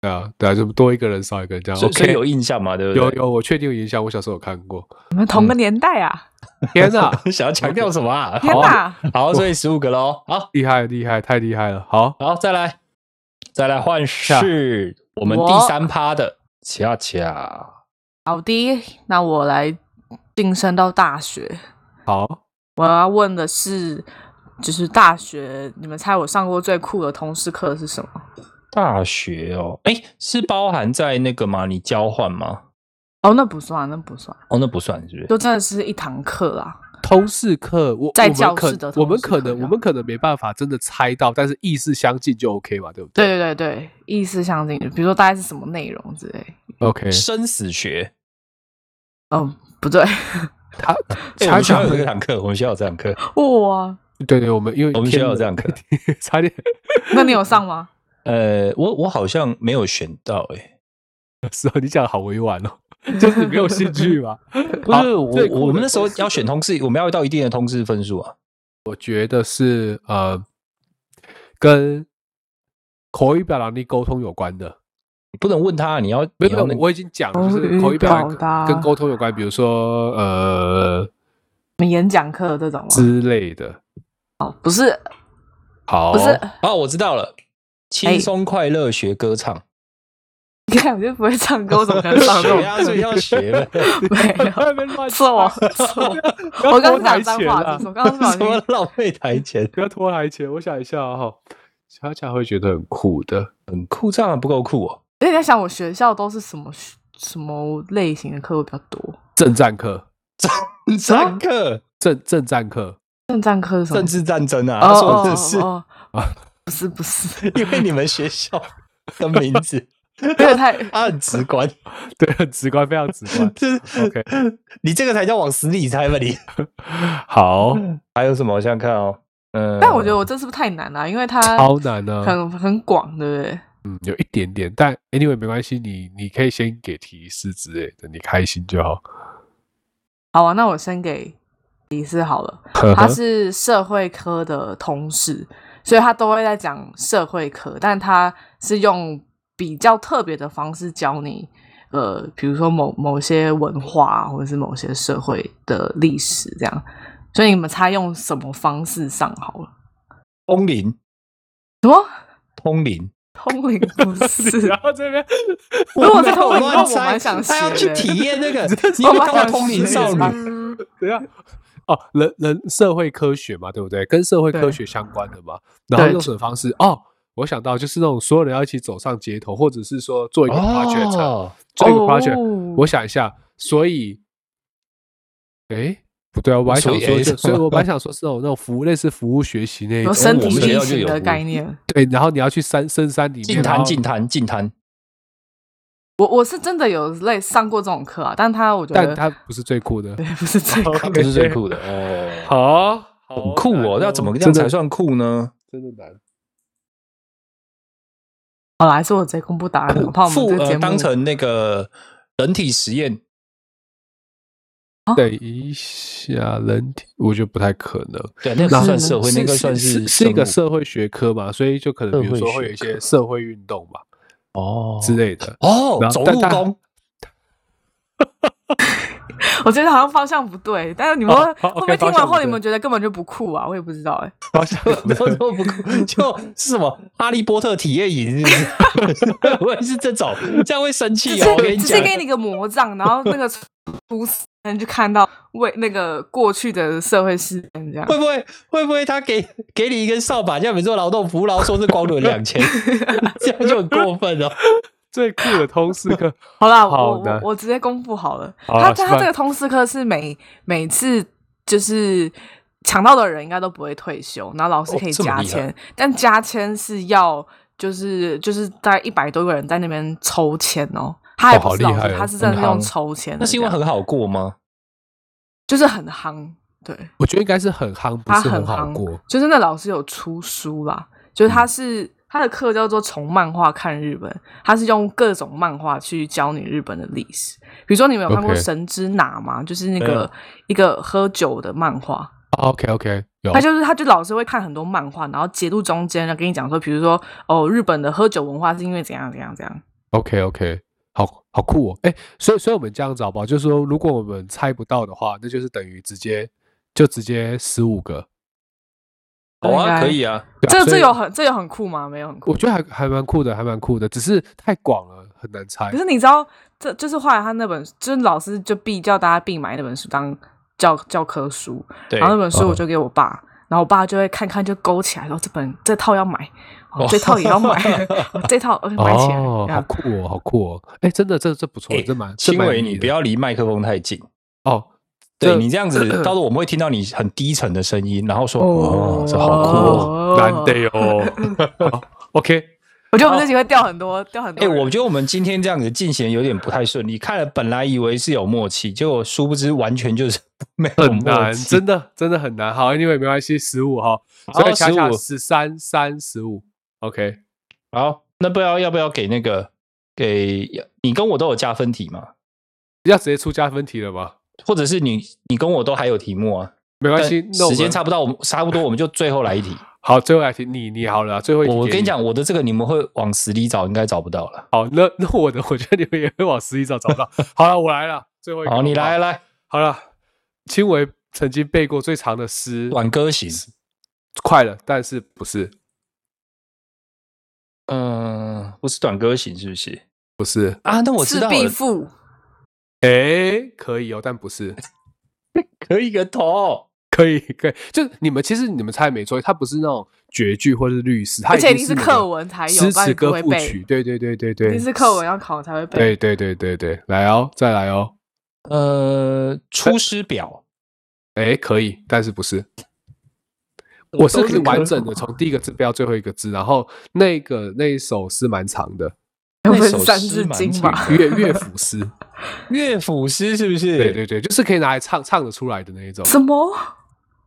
[SPEAKER 2] 对啊对啊，就多一个人少一个人这样。
[SPEAKER 1] 所以所以
[SPEAKER 2] OK，
[SPEAKER 1] 有印象嘛，对不对？
[SPEAKER 2] 有有，我确定有影响，我小时候有看过。
[SPEAKER 3] 你们
[SPEAKER 1] 嗯
[SPEAKER 3] 同个年代啊！
[SPEAKER 2] 天哪，
[SPEAKER 1] 想要强调什么啊？
[SPEAKER 3] 天
[SPEAKER 1] 好啊，
[SPEAKER 3] 哪，
[SPEAKER 1] 好，所以十五个喽，好。
[SPEAKER 2] 厉害厉害，太厉害了！好，
[SPEAKER 1] 好，再来，再来换是我们第三趴的恰恰。
[SPEAKER 3] 好的，那我来晋升到大学。
[SPEAKER 2] 好，
[SPEAKER 3] 我要问的是，就是大学，你们猜我上过最酷的通识课是什么？
[SPEAKER 1] 大学哦，哎，是包含在那个吗？你交换吗？
[SPEAKER 3] 哦，那不算，那不算，
[SPEAKER 1] 哦，那不算是不是？
[SPEAKER 3] 就真的是一堂课啦。
[SPEAKER 2] 通识课，我
[SPEAKER 3] 在
[SPEAKER 2] 我们
[SPEAKER 3] 教
[SPEAKER 2] 可
[SPEAKER 3] 室的
[SPEAKER 2] 我们
[SPEAKER 3] 通识
[SPEAKER 2] 可
[SPEAKER 3] 课
[SPEAKER 2] 能
[SPEAKER 3] 这
[SPEAKER 2] 我
[SPEAKER 3] 样
[SPEAKER 2] 们可能没办法真的猜到，但是意识相近就 OK 嘛，对不
[SPEAKER 3] 对
[SPEAKER 2] 对
[SPEAKER 3] 对对对，意思相近，比如说大概是什么内容之类。
[SPEAKER 2] ？OK，
[SPEAKER 1] 生死学，
[SPEAKER 3] 嗯，不对，
[SPEAKER 2] 他
[SPEAKER 1] 哎我
[SPEAKER 2] 他
[SPEAKER 1] 们学校
[SPEAKER 2] 讲
[SPEAKER 1] 有这堂课，我们学校有这堂 课，
[SPEAKER 3] 哇，
[SPEAKER 2] 对对，我们因为
[SPEAKER 1] 我们学
[SPEAKER 2] 天
[SPEAKER 1] 校有这
[SPEAKER 2] 冷
[SPEAKER 1] 堂课。
[SPEAKER 2] 差点
[SPEAKER 3] 那你有上吗？
[SPEAKER 1] 呃，我我好像没有选到、哎，
[SPEAKER 2] 是哦，你讲得好委婉哦， 就是你没有兴趣嘛？
[SPEAKER 1] 不
[SPEAKER 2] 好
[SPEAKER 1] 是
[SPEAKER 2] 啊最
[SPEAKER 1] 我
[SPEAKER 2] 酷的
[SPEAKER 1] 我们那时候
[SPEAKER 2] 通识
[SPEAKER 1] 要选通识，我们要到一定的通识分数啊。
[SPEAKER 2] 我觉得是呃，跟口语表达力沟通有关的，
[SPEAKER 1] 不能问他，你要你
[SPEAKER 2] 没有
[SPEAKER 1] 要那
[SPEAKER 2] 没有，我已经讲了，
[SPEAKER 3] 口
[SPEAKER 2] 就是
[SPEAKER 3] 语
[SPEAKER 2] 口语表
[SPEAKER 3] 表达
[SPEAKER 2] 达跟沟通有关，比如说呃
[SPEAKER 3] 什么演讲课这种吗？
[SPEAKER 2] 之类的。
[SPEAKER 3] 哦，不是，
[SPEAKER 2] 好，
[SPEAKER 3] 不是，
[SPEAKER 1] 哦，我知道了，轻松快乐学歌唱，
[SPEAKER 3] 你看我就不会唱歌，我怎么可能
[SPEAKER 2] 哎
[SPEAKER 3] 上
[SPEAKER 1] 学
[SPEAKER 3] 这种
[SPEAKER 1] 呀，所以啊要学 了。
[SPEAKER 2] 啊
[SPEAKER 3] 没有。
[SPEAKER 2] 那边乱
[SPEAKER 3] 是 我
[SPEAKER 2] 讲
[SPEAKER 3] 是我
[SPEAKER 2] 不要
[SPEAKER 3] 我刚
[SPEAKER 2] 拖台
[SPEAKER 3] 讲脏
[SPEAKER 2] 前
[SPEAKER 3] 话，
[SPEAKER 2] 啦
[SPEAKER 3] 就是我刚刚不小
[SPEAKER 1] 什么
[SPEAKER 3] 心
[SPEAKER 1] 浪费台前，
[SPEAKER 2] 不要拖台前。我想一下哈、哦，恰恰会觉得很酷的。
[SPEAKER 1] 很酷，这样还不够酷哦。
[SPEAKER 3] 因为你在想我学校都是什么学什么类型的课会比较多？
[SPEAKER 2] 政战课，
[SPEAKER 1] 上课
[SPEAKER 2] 政政战课，
[SPEAKER 3] 政战课是什么
[SPEAKER 1] 政？治战争啊，
[SPEAKER 3] 哦
[SPEAKER 1] 他
[SPEAKER 3] 哦
[SPEAKER 1] 说
[SPEAKER 3] 哦
[SPEAKER 1] 的啊是
[SPEAKER 3] 哦， 不是不是，
[SPEAKER 1] 因为你们学校的名字，
[SPEAKER 3] 这个太
[SPEAKER 1] 他很直观，。
[SPEAKER 2] 对，很直观，非常直 观
[SPEAKER 1] 就是
[SPEAKER 2] OK
[SPEAKER 1] 你这个才叫往死里猜吧你。
[SPEAKER 2] 好，
[SPEAKER 1] 还有什么？我想想看哦，嗯，
[SPEAKER 3] 但我觉得我这是不是太难了、啊因为它
[SPEAKER 2] 超难
[SPEAKER 1] 啊
[SPEAKER 2] 呢、
[SPEAKER 3] 很很广，对不对？
[SPEAKER 2] 嗯，有一点点，但 anyway 没关系，你你可以先给提示之类的，你开心就好。
[SPEAKER 3] 好啊，那我先给李斯好了。
[SPEAKER 1] 嗯
[SPEAKER 3] 他是社会科的同事，所以他都会在讲社会科，但他是用比较特别的方式教你，呃，比如说某某些文化或者是某些社会的历史这样。所以你们猜用什么方式上好了？
[SPEAKER 1] 通灵，
[SPEAKER 3] 什么
[SPEAKER 1] 通灵，
[SPEAKER 3] 通灵不 是
[SPEAKER 2] 然？后这边
[SPEAKER 3] 如果是通
[SPEAKER 1] 我
[SPEAKER 3] 灵的话，
[SPEAKER 1] 乱
[SPEAKER 3] 我
[SPEAKER 1] 猜，
[SPEAKER 3] 蛮想学
[SPEAKER 1] 他要去
[SPEAKER 3] 的
[SPEAKER 1] 体验那个， 你
[SPEAKER 3] 我
[SPEAKER 1] 有没有看
[SPEAKER 3] 蛮
[SPEAKER 1] 过
[SPEAKER 3] 想
[SPEAKER 1] 《通灵
[SPEAKER 3] 学
[SPEAKER 1] 少女》？
[SPEAKER 3] 的
[SPEAKER 2] 等一下哦，人人社会科学嘛，对不对？跟社会科学相关的嘛。然后
[SPEAKER 3] 对
[SPEAKER 2] 用什么方式？哦，我想到就是那种所有人要一起走上街头，或者是说做一个 project，、
[SPEAKER 1] 哦，
[SPEAKER 2] 做一个 project、
[SPEAKER 3] 哦
[SPEAKER 2] 我想一下，所以，诶，不对啊，我本来想
[SPEAKER 1] 所以
[SPEAKER 2] 说
[SPEAKER 1] 诶
[SPEAKER 2] 就，
[SPEAKER 1] 什
[SPEAKER 2] 所以我本 来
[SPEAKER 1] 么
[SPEAKER 2] 想说是那种那种服务类似服务学习那一
[SPEAKER 3] 有
[SPEAKER 2] 种，
[SPEAKER 3] 身体
[SPEAKER 1] 我们学
[SPEAKER 3] 力
[SPEAKER 1] 校就
[SPEAKER 3] 行
[SPEAKER 1] 有
[SPEAKER 3] 的
[SPEAKER 1] 服
[SPEAKER 3] 概念。
[SPEAKER 2] 对，然后你要去山深山里面，啊
[SPEAKER 1] 近
[SPEAKER 2] 然
[SPEAKER 1] 谈
[SPEAKER 2] 后
[SPEAKER 1] 近谈近谈，
[SPEAKER 3] 我我是真的有类上过这种课啊，但他我觉
[SPEAKER 2] 但
[SPEAKER 3] 得
[SPEAKER 2] 它不是最酷的。
[SPEAKER 3] 对不是最高
[SPEAKER 1] 它不是最酷的哦，
[SPEAKER 2] 好，好
[SPEAKER 1] 很酷
[SPEAKER 2] 难
[SPEAKER 1] 哦，那怎么这
[SPEAKER 2] 真
[SPEAKER 1] 样
[SPEAKER 2] 的
[SPEAKER 1] 才算酷呢？
[SPEAKER 2] 真的难？
[SPEAKER 3] 好了，还是我直接公布答案，我怕我们
[SPEAKER 1] 副
[SPEAKER 3] 这个节
[SPEAKER 1] 呃
[SPEAKER 3] 目
[SPEAKER 1] 当成那个人体实验，
[SPEAKER 2] 等一下，人体我觉得不太可能。
[SPEAKER 1] 对，那
[SPEAKER 2] 那
[SPEAKER 1] 个算社会，那个算
[SPEAKER 2] 是
[SPEAKER 1] 是
[SPEAKER 2] 一个
[SPEAKER 1] 生
[SPEAKER 2] 社会学科嘛，所以就可能比如说会有一些社会运动嘛
[SPEAKER 1] 物哦
[SPEAKER 2] 之类的。
[SPEAKER 1] 哦
[SPEAKER 2] 然，后
[SPEAKER 1] 走
[SPEAKER 2] 但
[SPEAKER 1] 路
[SPEAKER 2] 它
[SPEAKER 1] 工
[SPEAKER 3] 我觉得好像方向不对，但是你们
[SPEAKER 2] 哦
[SPEAKER 3] 会
[SPEAKER 2] 好
[SPEAKER 3] 会不会
[SPEAKER 2] OK，
[SPEAKER 3] 听
[SPEAKER 2] 方向
[SPEAKER 3] 完
[SPEAKER 2] 不
[SPEAKER 3] 后，
[SPEAKER 2] 对
[SPEAKER 3] 你们觉得根本就不酷啊？我也不知道哎、
[SPEAKER 2] 好像
[SPEAKER 1] 没有这么不酷，就是什么哈利波特体验营，是不是？ 我也是这种，这样会生气
[SPEAKER 3] 只
[SPEAKER 1] 哦。我跟
[SPEAKER 3] 是
[SPEAKER 1] 你
[SPEAKER 3] 只
[SPEAKER 1] 讲
[SPEAKER 3] 是，给你个魔杖，然后那个 厨师人就看到为那个过去的社会事件这样。
[SPEAKER 1] 会不会会不会他给给你一根扫把，叫你做劳动服务，然后说是光轮两千，这样就很过分哦。
[SPEAKER 2] 最酷的通识课，
[SPEAKER 3] 好啦，
[SPEAKER 2] 好
[SPEAKER 3] 我我
[SPEAKER 2] 的
[SPEAKER 3] 我直接公布好了。
[SPEAKER 2] 好
[SPEAKER 3] 他
[SPEAKER 2] 啦
[SPEAKER 3] 他
[SPEAKER 2] 是吧
[SPEAKER 3] 这个通识课是每每次就是抢到的人应该都不会退休，然后老师可以
[SPEAKER 1] 哦这么
[SPEAKER 3] 加
[SPEAKER 1] 厉害
[SPEAKER 3] 签，但加签是要就是就是大概一百多个人在那边抽签哦。他也
[SPEAKER 2] 哦
[SPEAKER 3] 不是
[SPEAKER 2] 好
[SPEAKER 3] 老
[SPEAKER 2] 厉
[SPEAKER 3] 师，
[SPEAKER 2] 害哦
[SPEAKER 3] 他是真的是
[SPEAKER 1] 很
[SPEAKER 3] 用
[SPEAKER 1] 夯
[SPEAKER 3] 抽签的这样。
[SPEAKER 1] 那是因为很好过吗？
[SPEAKER 3] 就是很夯，对，
[SPEAKER 2] 我觉得应该是很夯，不
[SPEAKER 3] 他
[SPEAKER 2] 是
[SPEAKER 3] 很
[SPEAKER 2] 好
[SPEAKER 3] 夯
[SPEAKER 2] 过。嗯
[SPEAKER 3] 就是那老师有出书啦，就是他是、他的课叫做《从漫画看日本》，他是用各种漫画去教你日本的历史。比如说，你们有看过
[SPEAKER 2] OK
[SPEAKER 3] 《神之拿》吗？就是那
[SPEAKER 1] 没
[SPEAKER 3] 个
[SPEAKER 1] 有
[SPEAKER 3] 一个喝酒的漫画，
[SPEAKER 2] 啊 OK OK，有
[SPEAKER 3] 他就是他就老师会看很多漫画，然后截录中间，然后跟你讲说，比如说哦，日本的喝酒文化是因为怎样怎样怎样。
[SPEAKER 2] OK OK，好好酷哦。哎，所以所以我们这样子好不好？就是说，如果我们猜不到的话，那就是等于直接就直接十五个。
[SPEAKER 1] 好
[SPEAKER 3] 应该
[SPEAKER 1] 啊，可以啊。
[SPEAKER 2] 对啊
[SPEAKER 3] 这
[SPEAKER 2] 所
[SPEAKER 3] 这
[SPEAKER 2] 以
[SPEAKER 3] 有很这有很酷吗？没有很酷
[SPEAKER 2] 我。觉得还还蛮酷的，还蛮酷的，只是太广了，很难猜
[SPEAKER 3] 可。是你知道，这就是后来他那本，就是老师就必叫大家必买那本书当教教科书，
[SPEAKER 1] 对，
[SPEAKER 3] 然后那本书
[SPEAKER 2] 嗯
[SPEAKER 3] 我就给我爸，然后我爸就会看看就勾起来，然后这本这套要买，哦
[SPEAKER 1] 哦
[SPEAKER 3] 这套也要买，哦 这套呃买起来。
[SPEAKER 2] 哦，
[SPEAKER 3] 这
[SPEAKER 2] 好
[SPEAKER 3] 样
[SPEAKER 2] 酷哦，好酷哦！哎，真的，这这不错，
[SPEAKER 1] 哎
[SPEAKER 2] 这蛮这
[SPEAKER 1] 轻
[SPEAKER 2] 蛮有
[SPEAKER 1] 微，
[SPEAKER 2] 意义
[SPEAKER 1] 你
[SPEAKER 2] 的
[SPEAKER 1] 不要离麦克风太近。
[SPEAKER 2] 哦，
[SPEAKER 1] 对
[SPEAKER 2] 这
[SPEAKER 1] 你这样子，到时候我们会听到你很低沉的声音，然后说：“哦，这好酷哦。
[SPEAKER 3] 哦
[SPEAKER 2] 难得 哦。好 OK，
[SPEAKER 3] 我觉得我们这集会掉很多，掉很”多
[SPEAKER 1] 哦哎，
[SPEAKER 3] 人。
[SPEAKER 1] 我觉得我们今天这样子进行有点不太顺利。看了本来以为是有默契，结果殊不知完全就是没 有
[SPEAKER 2] 很
[SPEAKER 1] 默
[SPEAKER 2] 难，
[SPEAKER 1] 契。
[SPEAKER 2] 真的真的很难。好，Anyway，没关系，十五哈，
[SPEAKER 1] 好
[SPEAKER 2] 所以恰恰
[SPEAKER 1] 15
[SPEAKER 2] 十三三十五。OK，
[SPEAKER 1] 好，那不知道要不要给那个给你跟我都有加分题嘛？
[SPEAKER 2] 要直接出加分题了吗？
[SPEAKER 1] 或者是你你跟我都还有题目啊？
[SPEAKER 2] 没关系，那我
[SPEAKER 1] 时间
[SPEAKER 2] 们
[SPEAKER 1] 差不到，我们差不多我们就最后来一题。
[SPEAKER 2] 好，最后来题，你你好了啊，最后一题
[SPEAKER 1] 我我
[SPEAKER 2] 给
[SPEAKER 1] 跟你，讲，我的这个你们会往死里找，应该找不到了。
[SPEAKER 2] 好，那那我的，我觉得你们也会往死里找找到。好了，我来了，最后一个，
[SPEAKER 1] 好，你来
[SPEAKER 2] 了，
[SPEAKER 1] 来，
[SPEAKER 2] 好了。青维曾经背过最长的诗，
[SPEAKER 1] 挽歌行。
[SPEAKER 2] 快了，但是不是
[SPEAKER 1] 嗯、不是短歌行是不是？
[SPEAKER 2] 不是？
[SPEAKER 1] 啊，那我知
[SPEAKER 3] 赤
[SPEAKER 1] 道
[SPEAKER 3] 壁
[SPEAKER 1] 了，
[SPEAKER 3] 赋，
[SPEAKER 2] 哎，可以哦，但不是，
[SPEAKER 1] 可以个头。
[SPEAKER 2] 可以可以，就是你们其实你们猜没错，它不是那种绝句或是律诗，它
[SPEAKER 3] 而且一
[SPEAKER 2] 一
[SPEAKER 3] 定
[SPEAKER 2] 定
[SPEAKER 3] 是
[SPEAKER 2] 那
[SPEAKER 3] 课
[SPEAKER 2] 种
[SPEAKER 3] 文才有
[SPEAKER 2] 诗
[SPEAKER 3] 不然
[SPEAKER 2] 词
[SPEAKER 3] 你不
[SPEAKER 2] 歌
[SPEAKER 3] 会
[SPEAKER 2] 赋
[SPEAKER 3] 背
[SPEAKER 2] 曲，对对对对对，
[SPEAKER 3] 一定是课文要考才会背。
[SPEAKER 2] 对对对对对，来哦，再来哦。
[SPEAKER 1] 呃，《出师表
[SPEAKER 2] 哎，可以，但是不是？我是
[SPEAKER 1] 都
[SPEAKER 2] 可以
[SPEAKER 1] 是
[SPEAKER 2] 完
[SPEAKER 1] 可
[SPEAKER 2] 整的从第一个字背到最后一个字，然后那个那一首诗蛮长的，
[SPEAKER 3] 要不
[SPEAKER 1] 那
[SPEAKER 3] 是
[SPEAKER 1] 首
[SPEAKER 3] 三
[SPEAKER 1] 诗
[SPEAKER 3] 字
[SPEAKER 1] 蛮
[SPEAKER 3] 经
[SPEAKER 1] 长
[SPEAKER 3] 吧？
[SPEAKER 2] 乐乐府 诗，》
[SPEAKER 1] 乐府诗是不是？
[SPEAKER 2] 对对对，就是可以拿来唱唱得出来的那一种。
[SPEAKER 3] 什么？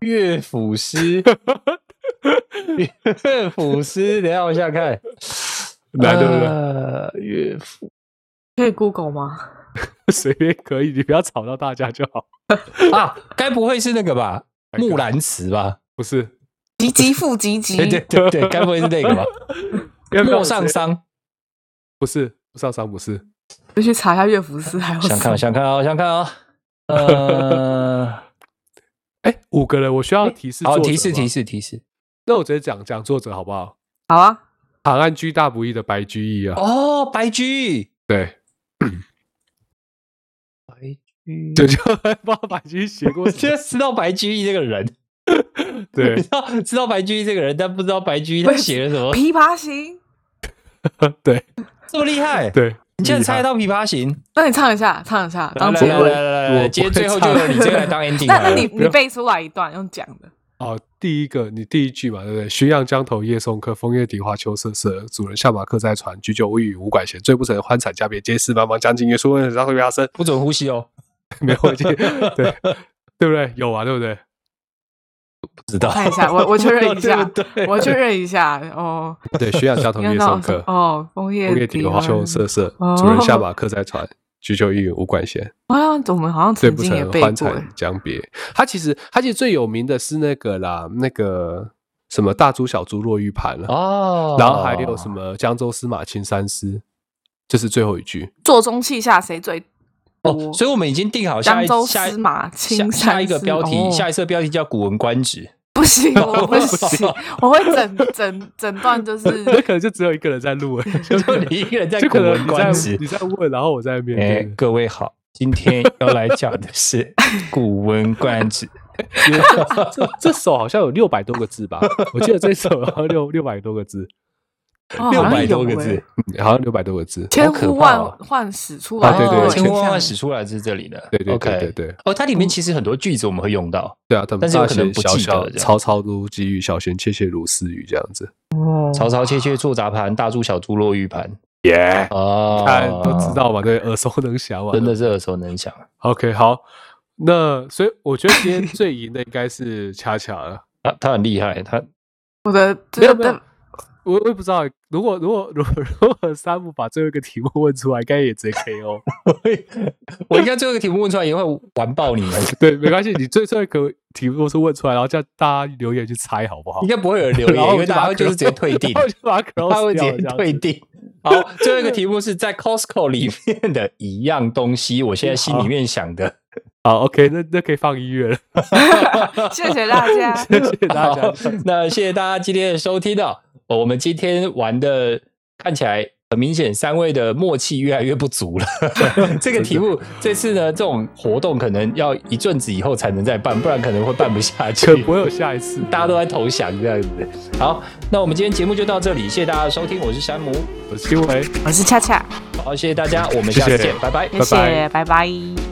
[SPEAKER 1] 乐府 诗，乐府诗，等一下我想想看，
[SPEAKER 2] 难对不对
[SPEAKER 1] 呃，乐府
[SPEAKER 3] 可以 Google 吗？
[SPEAKER 2] 随便可以，你不要吵到大家就好。
[SPEAKER 1] 啊，该不会是那个吧？
[SPEAKER 2] 哪个
[SPEAKER 1] 木兰辞吧？
[SPEAKER 2] 不是，
[SPEAKER 3] 急急复急急
[SPEAKER 1] 对，对对对，该不会是那个吧？
[SPEAKER 2] 要不要
[SPEAKER 1] 陌
[SPEAKER 2] 我
[SPEAKER 1] 上
[SPEAKER 2] 直接
[SPEAKER 1] 桑，
[SPEAKER 2] 不是，上上不是，
[SPEAKER 3] 我去查一下乐府诗还有
[SPEAKER 1] 想
[SPEAKER 3] 什么
[SPEAKER 1] 看，想看啊，想看啊。 呃，
[SPEAKER 2] 哎，五个人，我需要提示。
[SPEAKER 1] 好，提示提
[SPEAKER 2] 示。
[SPEAKER 1] 示提示。
[SPEAKER 2] 那我直接讲讲作者好不好？
[SPEAKER 3] 好啊，
[SPEAKER 2] 长安居大不易的白居易啊，
[SPEAKER 1] 哦，白居，
[SPEAKER 2] 对，
[SPEAKER 1] 白 居，
[SPEAKER 2] 对，就 不知道白居易写过
[SPEAKER 1] 我
[SPEAKER 2] 什
[SPEAKER 1] 现在知道白居易这个人，
[SPEAKER 2] 么。对
[SPEAKER 1] 知，道知道白居易这个人，但不知道白居易他写了什么
[SPEAKER 3] 《琵琶行》。
[SPEAKER 2] 对，
[SPEAKER 1] 这么厉害。
[SPEAKER 2] 对，
[SPEAKER 1] 你竟然猜
[SPEAKER 2] 厉害
[SPEAKER 1] 得到《琵琶啊行》，
[SPEAKER 3] 那你唱一下，唱一下当
[SPEAKER 1] 来
[SPEAKER 3] 结
[SPEAKER 1] 来来
[SPEAKER 3] 尾。
[SPEAKER 1] 来
[SPEAKER 2] 我
[SPEAKER 1] 来来，
[SPEAKER 2] 不
[SPEAKER 1] 今天
[SPEAKER 2] 会
[SPEAKER 1] 最后就
[SPEAKER 2] 唱
[SPEAKER 1] 由你这个来当 ending
[SPEAKER 3] 那
[SPEAKER 1] 好
[SPEAKER 3] 那
[SPEAKER 1] 了。
[SPEAKER 3] 你
[SPEAKER 2] 不
[SPEAKER 3] 你
[SPEAKER 2] 用
[SPEAKER 3] 背出来一段用讲的，
[SPEAKER 2] 哦，第一个，你第一句嘛，对不对？浔阳江头夜送客，风月荻花秋瑟瑟。主人下马客在船，举酒无语无管弦。醉不成欢惨家别街，四茫茫江浸月。书问张月压身，
[SPEAKER 1] 不准呼吸哦，
[SPEAKER 2] 没有我已经对对不对？有啊，对不对？
[SPEAKER 1] 不知道。
[SPEAKER 3] 看一下，我我确认一 下，
[SPEAKER 1] 对不对
[SPEAKER 3] 我确认一下哦。
[SPEAKER 2] 对，浔阳江头
[SPEAKER 3] 你看
[SPEAKER 2] 夜
[SPEAKER 3] 到
[SPEAKER 2] 送客，
[SPEAKER 3] 哦，枫叶
[SPEAKER 2] 风月荻花秋瑟瑟。
[SPEAKER 3] 哦
[SPEAKER 2] 主人下马客在船，举酒无语无管弦。
[SPEAKER 3] 好像我啊们好像
[SPEAKER 2] 醉
[SPEAKER 3] 曾
[SPEAKER 2] 不
[SPEAKER 3] 经也
[SPEAKER 2] 成
[SPEAKER 3] 背
[SPEAKER 2] 欢
[SPEAKER 3] 过
[SPEAKER 2] 惨江别。他其实他其实最有名的是那个啦，那个什么大珠小珠落玉盘了。啊
[SPEAKER 1] 哦，
[SPEAKER 2] 然后还有什？么江州司马青衫诗，这是最后一句。
[SPEAKER 3] “座中泣下谁最
[SPEAKER 1] 哦，
[SPEAKER 3] 多
[SPEAKER 1] 所以我们已经定好下
[SPEAKER 3] 江
[SPEAKER 1] 一
[SPEAKER 3] 州
[SPEAKER 1] 下一
[SPEAKER 3] 司马青
[SPEAKER 1] 下
[SPEAKER 3] 衫
[SPEAKER 1] 下一个
[SPEAKER 3] 丝
[SPEAKER 1] 标题，
[SPEAKER 3] 哦
[SPEAKER 1] 下一次的标题叫《古文观止》。？”
[SPEAKER 3] 不 行，我不行
[SPEAKER 1] 不，
[SPEAKER 3] 我会整整整段就是
[SPEAKER 2] 那可能就只有一个人 在录，就
[SPEAKER 1] 就你一个人在
[SPEAKER 2] 就
[SPEAKER 1] 古
[SPEAKER 2] 可能
[SPEAKER 1] 文
[SPEAKER 2] 你在
[SPEAKER 1] 观止
[SPEAKER 2] 你。在问，然后我在面
[SPEAKER 1] 哎，
[SPEAKER 2] 对。
[SPEAKER 1] 各位好，今天要来讲的是《古文观止》。
[SPEAKER 2] 因为这这这首好像有六百多个字吧？我记得这首好像六六百多个字，
[SPEAKER 3] 哦
[SPEAKER 1] 六
[SPEAKER 3] 好像
[SPEAKER 1] 百多
[SPEAKER 3] 有
[SPEAKER 1] 个
[SPEAKER 3] 欸
[SPEAKER 1] 字，
[SPEAKER 2] 嗯好像六百多个字。
[SPEAKER 3] 千
[SPEAKER 1] 好可怕
[SPEAKER 3] 呼万
[SPEAKER 1] 哦
[SPEAKER 3] 唤始出
[SPEAKER 2] 啊
[SPEAKER 3] 来，哦
[SPEAKER 2] 对对对
[SPEAKER 3] 我有
[SPEAKER 1] 千
[SPEAKER 3] 印
[SPEAKER 1] 呼万
[SPEAKER 3] 象
[SPEAKER 1] 唤始出来是这里的。
[SPEAKER 2] 对对对
[SPEAKER 1] OK
[SPEAKER 2] 对对
[SPEAKER 1] 哦，它里面其实很多句子我们会用到，
[SPEAKER 2] 对啊，他们
[SPEAKER 1] 但是有
[SPEAKER 2] 大
[SPEAKER 1] 可能
[SPEAKER 2] 弦
[SPEAKER 1] 不
[SPEAKER 2] 小
[SPEAKER 1] 记得
[SPEAKER 2] 小
[SPEAKER 1] 这样
[SPEAKER 2] 曹操如急雨，小弦切切如私语这样子。
[SPEAKER 3] 哦
[SPEAKER 1] 曹操切切做杂盘，大珠小珠落玉盘。
[SPEAKER 2] 耶，
[SPEAKER 1] 哦，
[SPEAKER 2] 大家都知，道啊嘛，对，耳熟能详嘛。
[SPEAKER 1] 真的是耳熟能详。啊
[SPEAKER 2] OK，好，那所以我觉得今天最赢的应该是恰恰 了。
[SPEAKER 1] 他他很厉害， 他
[SPEAKER 3] 我的
[SPEAKER 2] 没有
[SPEAKER 3] 这
[SPEAKER 2] 没有
[SPEAKER 3] 个，
[SPEAKER 2] 我我也不知道欸。如果如果如果如果山姆把最后一个题目问出来，应该也直接 KO。
[SPEAKER 1] 我应该最后一个题目问出来也会完爆你们，
[SPEAKER 2] 对，没关系，你最最后一个题目是问出来，然后叫大家留言去猜，好不好
[SPEAKER 1] 应？该不会有人留
[SPEAKER 2] 然后
[SPEAKER 1] 言，
[SPEAKER 2] 我
[SPEAKER 1] 因为
[SPEAKER 2] 就
[SPEAKER 1] 大
[SPEAKER 2] 把
[SPEAKER 1] 家
[SPEAKER 2] 它
[SPEAKER 1] 就是直接退订，
[SPEAKER 2] 然后我就把它
[SPEAKER 1] 他
[SPEAKER 2] cross
[SPEAKER 1] 会直
[SPEAKER 2] 掉
[SPEAKER 1] 接
[SPEAKER 2] 了这样
[SPEAKER 1] 退
[SPEAKER 2] 子
[SPEAKER 1] 订。好，最后一个题目是在 Costco 里面的一样东西，我现在心里面想的。
[SPEAKER 2] 好，OK，那那可以放音乐了，
[SPEAKER 3] 谢谢大家，
[SPEAKER 2] 谢谢大家
[SPEAKER 1] 好。，那谢谢大家今天的收听哦。哦我们今天玩的看起来很明显，三位的默契越来越不足 了。这个题目这次呢，这种活动可能要一阵子以后才能再办，不然可能会办不下去
[SPEAKER 2] 可。不会有下一次，
[SPEAKER 1] 大家都在投降这样子。好，那我们今天节目就到这里，谢谢大家的收听，我是山姆，
[SPEAKER 2] 我是新闻。
[SPEAKER 3] 我是恰恰，
[SPEAKER 1] 好，谢谢大家，我们下次
[SPEAKER 2] 谢
[SPEAKER 1] 见，
[SPEAKER 2] 谢
[SPEAKER 1] 拜拜。
[SPEAKER 3] 谢
[SPEAKER 2] 拜
[SPEAKER 3] 谢，拜拜。